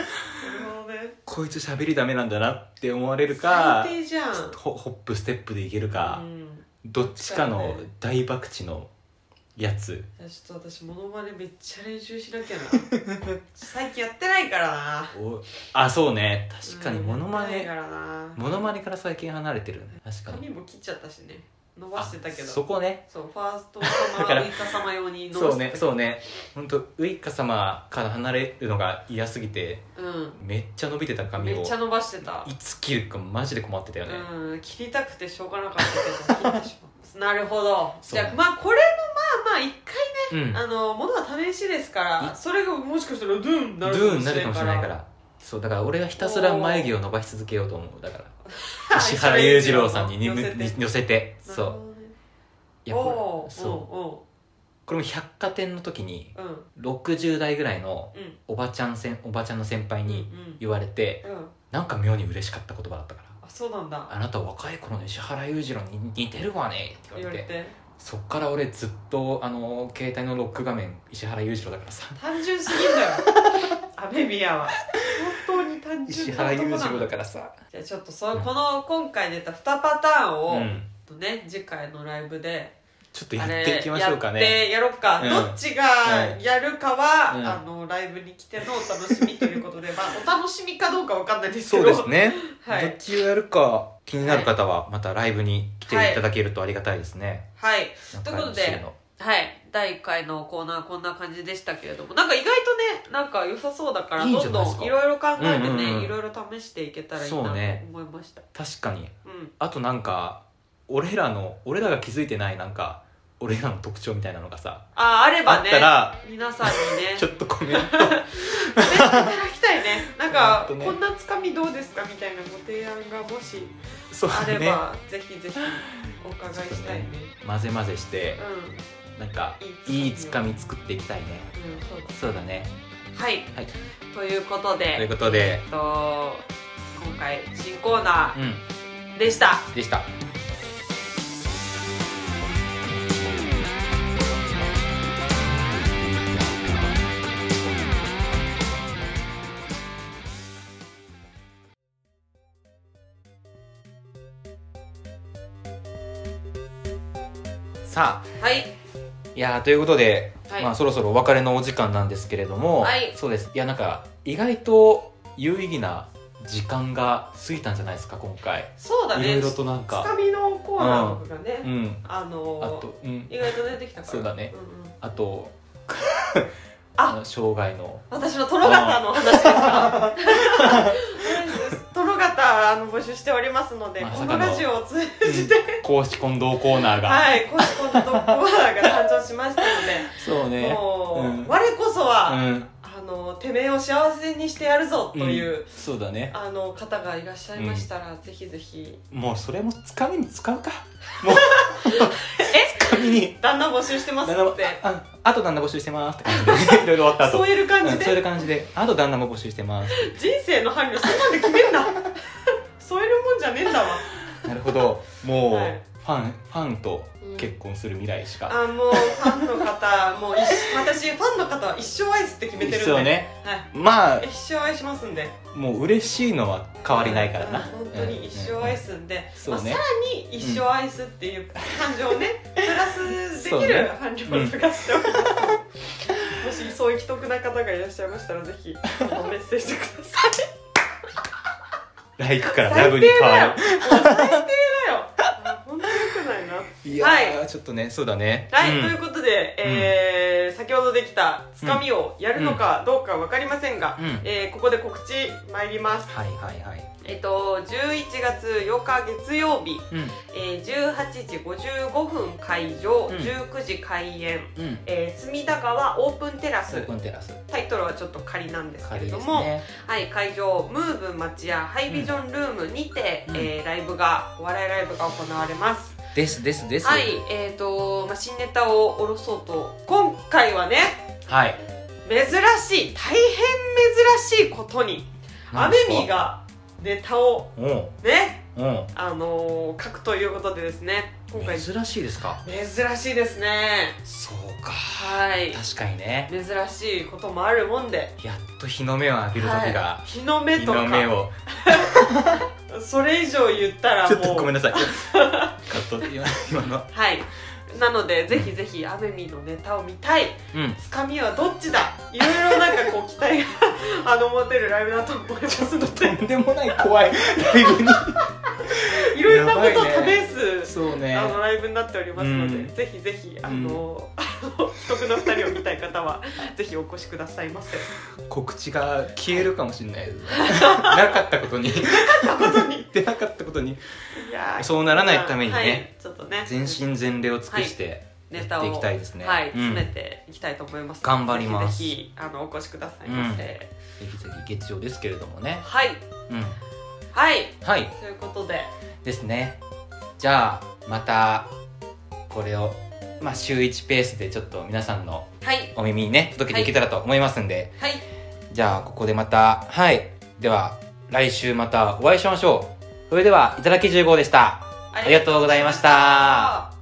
[SPEAKER 2] ほどね
[SPEAKER 1] こいつ喋りダメなんだなって思われるか
[SPEAKER 2] 最低じゃん
[SPEAKER 1] ホホップステップでいける
[SPEAKER 2] う
[SPEAKER 1] か、
[SPEAKER 2] ん
[SPEAKER 1] どっちか
[SPEAKER 2] そう
[SPEAKER 1] の
[SPEAKER 2] だね
[SPEAKER 1] 大爆地のやつ
[SPEAKER 2] いやちょっと私モノマネめっちゃ練習しなきゃな最近やってないからな
[SPEAKER 1] をあそうね確かにモノマ
[SPEAKER 2] うんやっ
[SPEAKER 1] ネ
[SPEAKER 2] てないからな
[SPEAKER 1] モノマネから最近離れてるね確かに
[SPEAKER 2] 髪も切っちゃったしね伸ばしてたけど
[SPEAKER 1] あそこね
[SPEAKER 2] そうファースト
[SPEAKER 1] だ
[SPEAKER 2] 様
[SPEAKER 1] から
[SPEAKER 2] ウイカ様用に伸ば
[SPEAKER 1] そう
[SPEAKER 2] して
[SPEAKER 1] ね
[SPEAKER 2] た
[SPEAKER 1] そうね本当ウイカ様から離れるのが嫌すぎて
[SPEAKER 2] う
[SPEAKER 1] めっちゃ伸びてた
[SPEAKER 2] ん
[SPEAKER 1] 髪を
[SPEAKER 2] めっちゃ伸ばしてた
[SPEAKER 1] いつ切るかマジで困ってたよね、
[SPEAKER 2] うん切りたくてしょうがなかったけど切ってしまうなるほど
[SPEAKER 1] そ
[SPEAKER 2] じ
[SPEAKER 1] う
[SPEAKER 2] ゃあまあこれもまあまあ一回
[SPEAKER 1] うん
[SPEAKER 2] あのものは試しですか
[SPEAKER 1] い
[SPEAKER 2] らそれがもしかしたらドゥーンに
[SPEAKER 1] ド
[SPEAKER 2] なる
[SPEAKER 1] ゥーになるかもしれないかららそうだから俺はひたすら眉毛を伸ばし続けようと思う だから石原裕次郎さんにに
[SPEAKER 2] 寄
[SPEAKER 1] 寄せ
[SPEAKER 2] せて
[SPEAKER 1] て寄せてそうい
[SPEAKER 2] い
[SPEAKER 1] や
[SPEAKER 2] お
[SPEAKER 1] こ
[SPEAKER 2] お
[SPEAKER 1] れそうこれも百貨店の時に
[SPEAKER 2] うおう
[SPEAKER 1] 60代ぐらいの
[SPEAKER 2] うんうん
[SPEAKER 1] おばちゃんせんおばちゃんの先輩に
[SPEAKER 2] うん
[SPEAKER 1] 言われて
[SPEAKER 2] うんうん
[SPEAKER 1] なんか妙に嬉しかった言葉だったから
[SPEAKER 2] あそうな
[SPEAKER 1] 「
[SPEAKER 2] んだ
[SPEAKER 1] あなた若い頃の石原裕次郎に似てるわね」って言
[SPEAKER 2] 言
[SPEAKER 1] わ
[SPEAKER 2] わ
[SPEAKER 1] れ
[SPEAKER 2] れ
[SPEAKER 1] て
[SPEAKER 2] て
[SPEAKER 1] そっから俺ずっとあの携帯のロック画面石原裕次郎だからさ
[SPEAKER 2] 単純すぎんだよ アメミヤは本当に単純
[SPEAKER 1] 石
[SPEAKER 2] な
[SPEAKER 1] 原
[SPEAKER 2] 男
[SPEAKER 1] 裕
[SPEAKER 2] な
[SPEAKER 1] 次郎
[SPEAKER 2] の
[SPEAKER 1] だからさ
[SPEAKER 2] じゃあちょっとそう
[SPEAKER 1] うん
[SPEAKER 2] この今回出た2パターンを、
[SPEAKER 1] うん
[SPEAKER 2] ね次回のライブで
[SPEAKER 1] ちょっとやっていきましょうか
[SPEAKER 2] あれ
[SPEAKER 1] ね
[SPEAKER 2] やってやろうか、
[SPEAKER 1] うん
[SPEAKER 2] どっちがやるかは、
[SPEAKER 1] うん
[SPEAKER 2] あのライブに来てのお楽しみということで、まあ、お楽しみかどうかわかんないですけ
[SPEAKER 1] そう
[SPEAKER 2] ど
[SPEAKER 1] ですね
[SPEAKER 2] は
[SPEAKER 1] どっ
[SPEAKER 2] い、
[SPEAKER 1] ちをやるか気になる方はまたライブに来ていただけるとありがたいですね。
[SPEAKER 2] はい
[SPEAKER 1] なん
[SPEAKER 2] と
[SPEAKER 1] か
[SPEAKER 2] いうことで
[SPEAKER 1] そういうの
[SPEAKER 2] はい、第1回のコーナーこんな感じでしたけれどもなんか意外とねなんか良さそうだから
[SPEAKER 1] いいん
[SPEAKER 2] ど
[SPEAKER 1] じゃ
[SPEAKER 2] ん
[SPEAKER 1] ない
[SPEAKER 2] ど
[SPEAKER 1] です
[SPEAKER 2] ん
[SPEAKER 1] か
[SPEAKER 2] いろいろ考えてね、
[SPEAKER 1] うんうんうん
[SPEAKER 2] いろいろ試していけたらいいな
[SPEAKER 1] そう
[SPEAKER 2] と
[SPEAKER 1] ね
[SPEAKER 2] 思いました
[SPEAKER 1] 確かに
[SPEAKER 2] うん、
[SPEAKER 1] あとなんか俺らの俺らが気づいてないなんか俺らの特徴みたいなのがさ、
[SPEAKER 2] ああれば
[SPEAKER 1] あ
[SPEAKER 2] ね
[SPEAKER 1] ったら
[SPEAKER 2] 皆さんにね
[SPEAKER 1] ちょっとコメント
[SPEAKER 2] コメントいただきたいねなんか、
[SPEAKER 1] ほんとね
[SPEAKER 2] こんなつかみどうですかみたいなご提案がもし
[SPEAKER 1] そう
[SPEAKER 2] あ れ
[SPEAKER 1] ね
[SPEAKER 2] ば、ぜひぜひお伺いしたいね
[SPEAKER 1] 混ぜ混ぜして
[SPEAKER 2] う
[SPEAKER 1] なんか
[SPEAKER 2] ん
[SPEAKER 1] いいつか
[SPEAKER 2] みを
[SPEAKER 1] み作っていきたいね。
[SPEAKER 2] うんそうです
[SPEAKER 1] そうだね。
[SPEAKER 2] はい、
[SPEAKER 1] はい
[SPEAKER 2] ということ
[SPEAKER 1] という
[SPEAKER 2] で、
[SPEAKER 1] ことで
[SPEAKER 2] えっ、と、今回新コーナ
[SPEAKER 1] う
[SPEAKER 2] ーでした
[SPEAKER 1] んでした。さあ
[SPEAKER 2] はい
[SPEAKER 1] いやーということで、
[SPEAKER 2] はい、
[SPEAKER 1] まあそろそろお別れのお時間なんですけれども、
[SPEAKER 2] はい
[SPEAKER 1] そうですいやなんか意外と有意義な時間が過ぎたんじゃないですか今回
[SPEAKER 2] そうだ
[SPEAKER 1] いろ
[SPEAKER 2] ね
[SPEAKER 1] い
[SPEAKER 2] つ
[SPEAKER 1] ろとなん
[SPEAKER 2] か
[SPEAKER 1] か
[SPEAKER 2] みのコーナーとかがね、
[SPEAKER 1] うん
[SPEAKER 2] あ
[SPEAKER 1] あ
[SPEAKER 2] のー
[SPEAKER 1] とうん
[SPEAKER 2] 意外と出てきたから
[SPEAKER 1] そうだね
[SPEAKER 2] んうん
[SPEAKER 1] あと
[SPEAKER 2] あ
[SPEAKER 1] の障害 の
[SPEAKER 2] 私のトロガタの話ですかトロガタあの募集しておりますので、
[SPEAKER 1] まさ
[SPEAKER 2] こ
[SPEAKER 1] かの
[SPEAKER 2] のラジオを通じて、
[SPEAKER 1] 公私混同コーナーが、
[SPEAKER 2] はい公式コントコーナーが誕生しましたので
[SPEAKER 1] そうね
[SPEAKER 2] も
[SPEAKER 1] う
[SPEAKER 2] う、
[SPEAKER 1] ん
[SPEAKER 2] 我こそは、
[SPEAKER 1] うん
[SPEAKER 2] あのてめえを幸せにしてやるぞという、
[SPEAKER 1] んそうだね
[SPEAKER 2] あの方がいらっしゃいましたら、ぜひぜひ
[SPEAKER 1] もうそれもつかみに使うかもうつかみに
[SPEAKER 2] 旦那募集してます
[SPEAKER 1] 旦
[SPEAKER 2] っ
[SPEAKER 1] 那も
[SPEAKER 2] て
[SPEAKER 1] あああと旦那募集してますって感じで いろいろ終わった後
[SPEAKER 2] そういう感
[SPEAKER 1] う
[SPEAKER 2] じ
[SPEAKER 1] んそうい
[SPEAKER 2] で
[SPEAKER 1] う感じであと旦那も募集してます
[SPEAKER 2] 人生の伴侶そんなんで決めんなそういうもんじゃねえんだわ
[SPEAKER 1] なるほどもう、
[SPEAKER 2] はい
[SPEAKER 1] ファンファンと結婚する未来しか、
[SPEAKER 2] あもうファンの方もう一緒私ファンの方は一生愛すって決めてるんで
[SPEAKER 1] 一緒ね
[SPEAKER 2] はい
[SPEAKER 1] まあ
[SPEAKER 2] 一生愛しますんで
[SPEAKER 1] もう嬉しいのは変わりないからな
[SPEAKER 2] うん本当に一生愛すんで、
[SPEAKER 1] そう
[SPEAKER 2] まあ、さ
[SPEAKER 1] ね
[SPEAKER 2] らに一生愛すっていう感情をね、プラスで
[SPEAKER 1] そ
[SPEAKER 2] き
[SPEAKER 1] うね
[SPEAKER 2] る伴侶を探しております、もしそういう既得な方がいらっしゃいましたらぜひあのメッセージください
[SPEAKER 1] ライクから ラブに変わる
[SPEAKER 2] もう最低だよあ本当に良くないない
[SPEAKER 1] やー、ちょっとねそうだね
[SPEAKER 2] はい、
[SPEAKER 1] うん
[SPEAKER 2] ということで、えー先ほどできたつかみをやるのかどうか分かりませんが、
[SPEAKER 1] うん
[SPEAKER 2] えーここで告知参ります
[SPEAKER 1] はいはいはい
[SPEAKER 2] えっと11月8日月曜日、
[SPEAKER 1] う
[SPEAKER 2] えー18時55分開場、
[SPEAKER 1] うん
[SPEAKER 2] 19時開演、
[SPEAKER 1] んうん
[SPEAKER 2] えー隅田川オープンテラス
[SPEAKER 1] ンテラス
[SPEAKER 2] タイトルはちょっと仮なんですけ
[SPEAKER 1] 借
[SPEAKER 2] れ
[SPEAKER 1] り
[SPEAKER 2] ど
[SPEAKER 1] です
[SPEAKER 2] も、
[SPEAKER 1] ね
[SPEAKER 2] はい、会場ムーブ町屋ハイビジョンルームにて、
[SPEAKER 1] うん
[SPEAKER 2] えーライブがお笑いライブが行われます
[SPEAKER 1] ですですです
[SPEAKER 2] はい、えーとまあ、新ネタを下ろそうと今回はね
[SPEAKER 1] はい
[SPEAKER 2] 珍しい大変珍しいことに
[SPEAKER 1] な
[SPEAKER 2] ア
[SPEAKER 1] ん
[SPEAKER 2] メ
[SPEAKER 1] ですか
[SPEAKER 2] ミがネタを
[SPEAKER 1] うん
[SPEAKER 2] ね、
[SPEAKER 1] うん
[SPEAKER 2] あのー書くということでですね今回珍
[SPEAKER 1] 珍しいですか
[SPEAKER 2] しいですね
[SPEAKER 1] そうか
[SPEAKER 2] はい
[SPEAKER 1] 確かにね
[SPEAKER 2] 珍しいこともあるもんで
[SPEAKER 1] やっと日の目を浴びる時
[SPEAKER 2] は
[SPEAKER 1] が
[SPEAKER 2] い日の目
[SPEAKER 1] 日
[SPEAKER 2] とか
[SPEAKER 1] の目を
[SPEAKER 2] それ以上言ったら
[SPEAKER 1] ちょっと
[SPEAKER 2] も
[SPEAKER 1] ごめん
[SPEAKER 2] う
[SPEAKER 1] なさいカット今今の
[SPEAKER 2] はいなのでぜひぜひアメミのネタを見たい
[SPEAKER 1] うん
[SPEAKER 2] つかみはどっちだいろいろなんかこう期待が あの持てるライブだと思いますの で
[SPEAKER 1] とんでもない怖いライブに
[SPEAKER 2] いろいろなことを
[SPEAKER 1] やばいね
[SPEAKER 2] 試す、
[SPEAKER 1] そうね
[SPEAKER 2] あのライブになっておりますので、
[SPEAKER 1] うん
[SPEAKER 2] ぜひぜひあの、あの既得な二人を見たい方は ぜひお越しくださいませ。
[SPEAKER 1] 告知が消えるかもしれ ないですねなかったことに
[SPEAKER 2] ことに
[SPEAKER 1] 出なかったことに
[SPEAKER 2] いやー
[SPEAKER 1] そうならないためにね
[SPEAKER 2] はいちょっとね
[SPEAKER 1] 全身全霊を尽くして
[SPEAKER 2] ネタを
[SPEAKER 1] やっていきたいですね
[SPEAKER 2] はい、
[SPEAKER 1] うん
[SPEAKER 2] 詰めていきたいと思います。
[SPEAKER 1] 頑張ります
[SPEAKER 2] ぜひぜひあのお越しくださいませ。
[SPEAKER 1] ぜひぜひ月曜ですけれどもね
[SPEAKER 2] はい
[SPEAKER 1] うん
[SPEAKER 2] はい
[SPEAKER 1] はい
[SPEAKER 2] ということで
[SPEAKER 1] ですねじゃあまたこれをまあ週1ペースでちょっと皆さんの
[SPEAKER 2] はい
[SPEAKER 1] お耳にね届けていけたらと思いますんで、
[SPEAKER 2] はい
[SPEAKER 1] じゃあここでまたはいでは来週またお会いしましょうそれではいただき15でしたありがとうございました。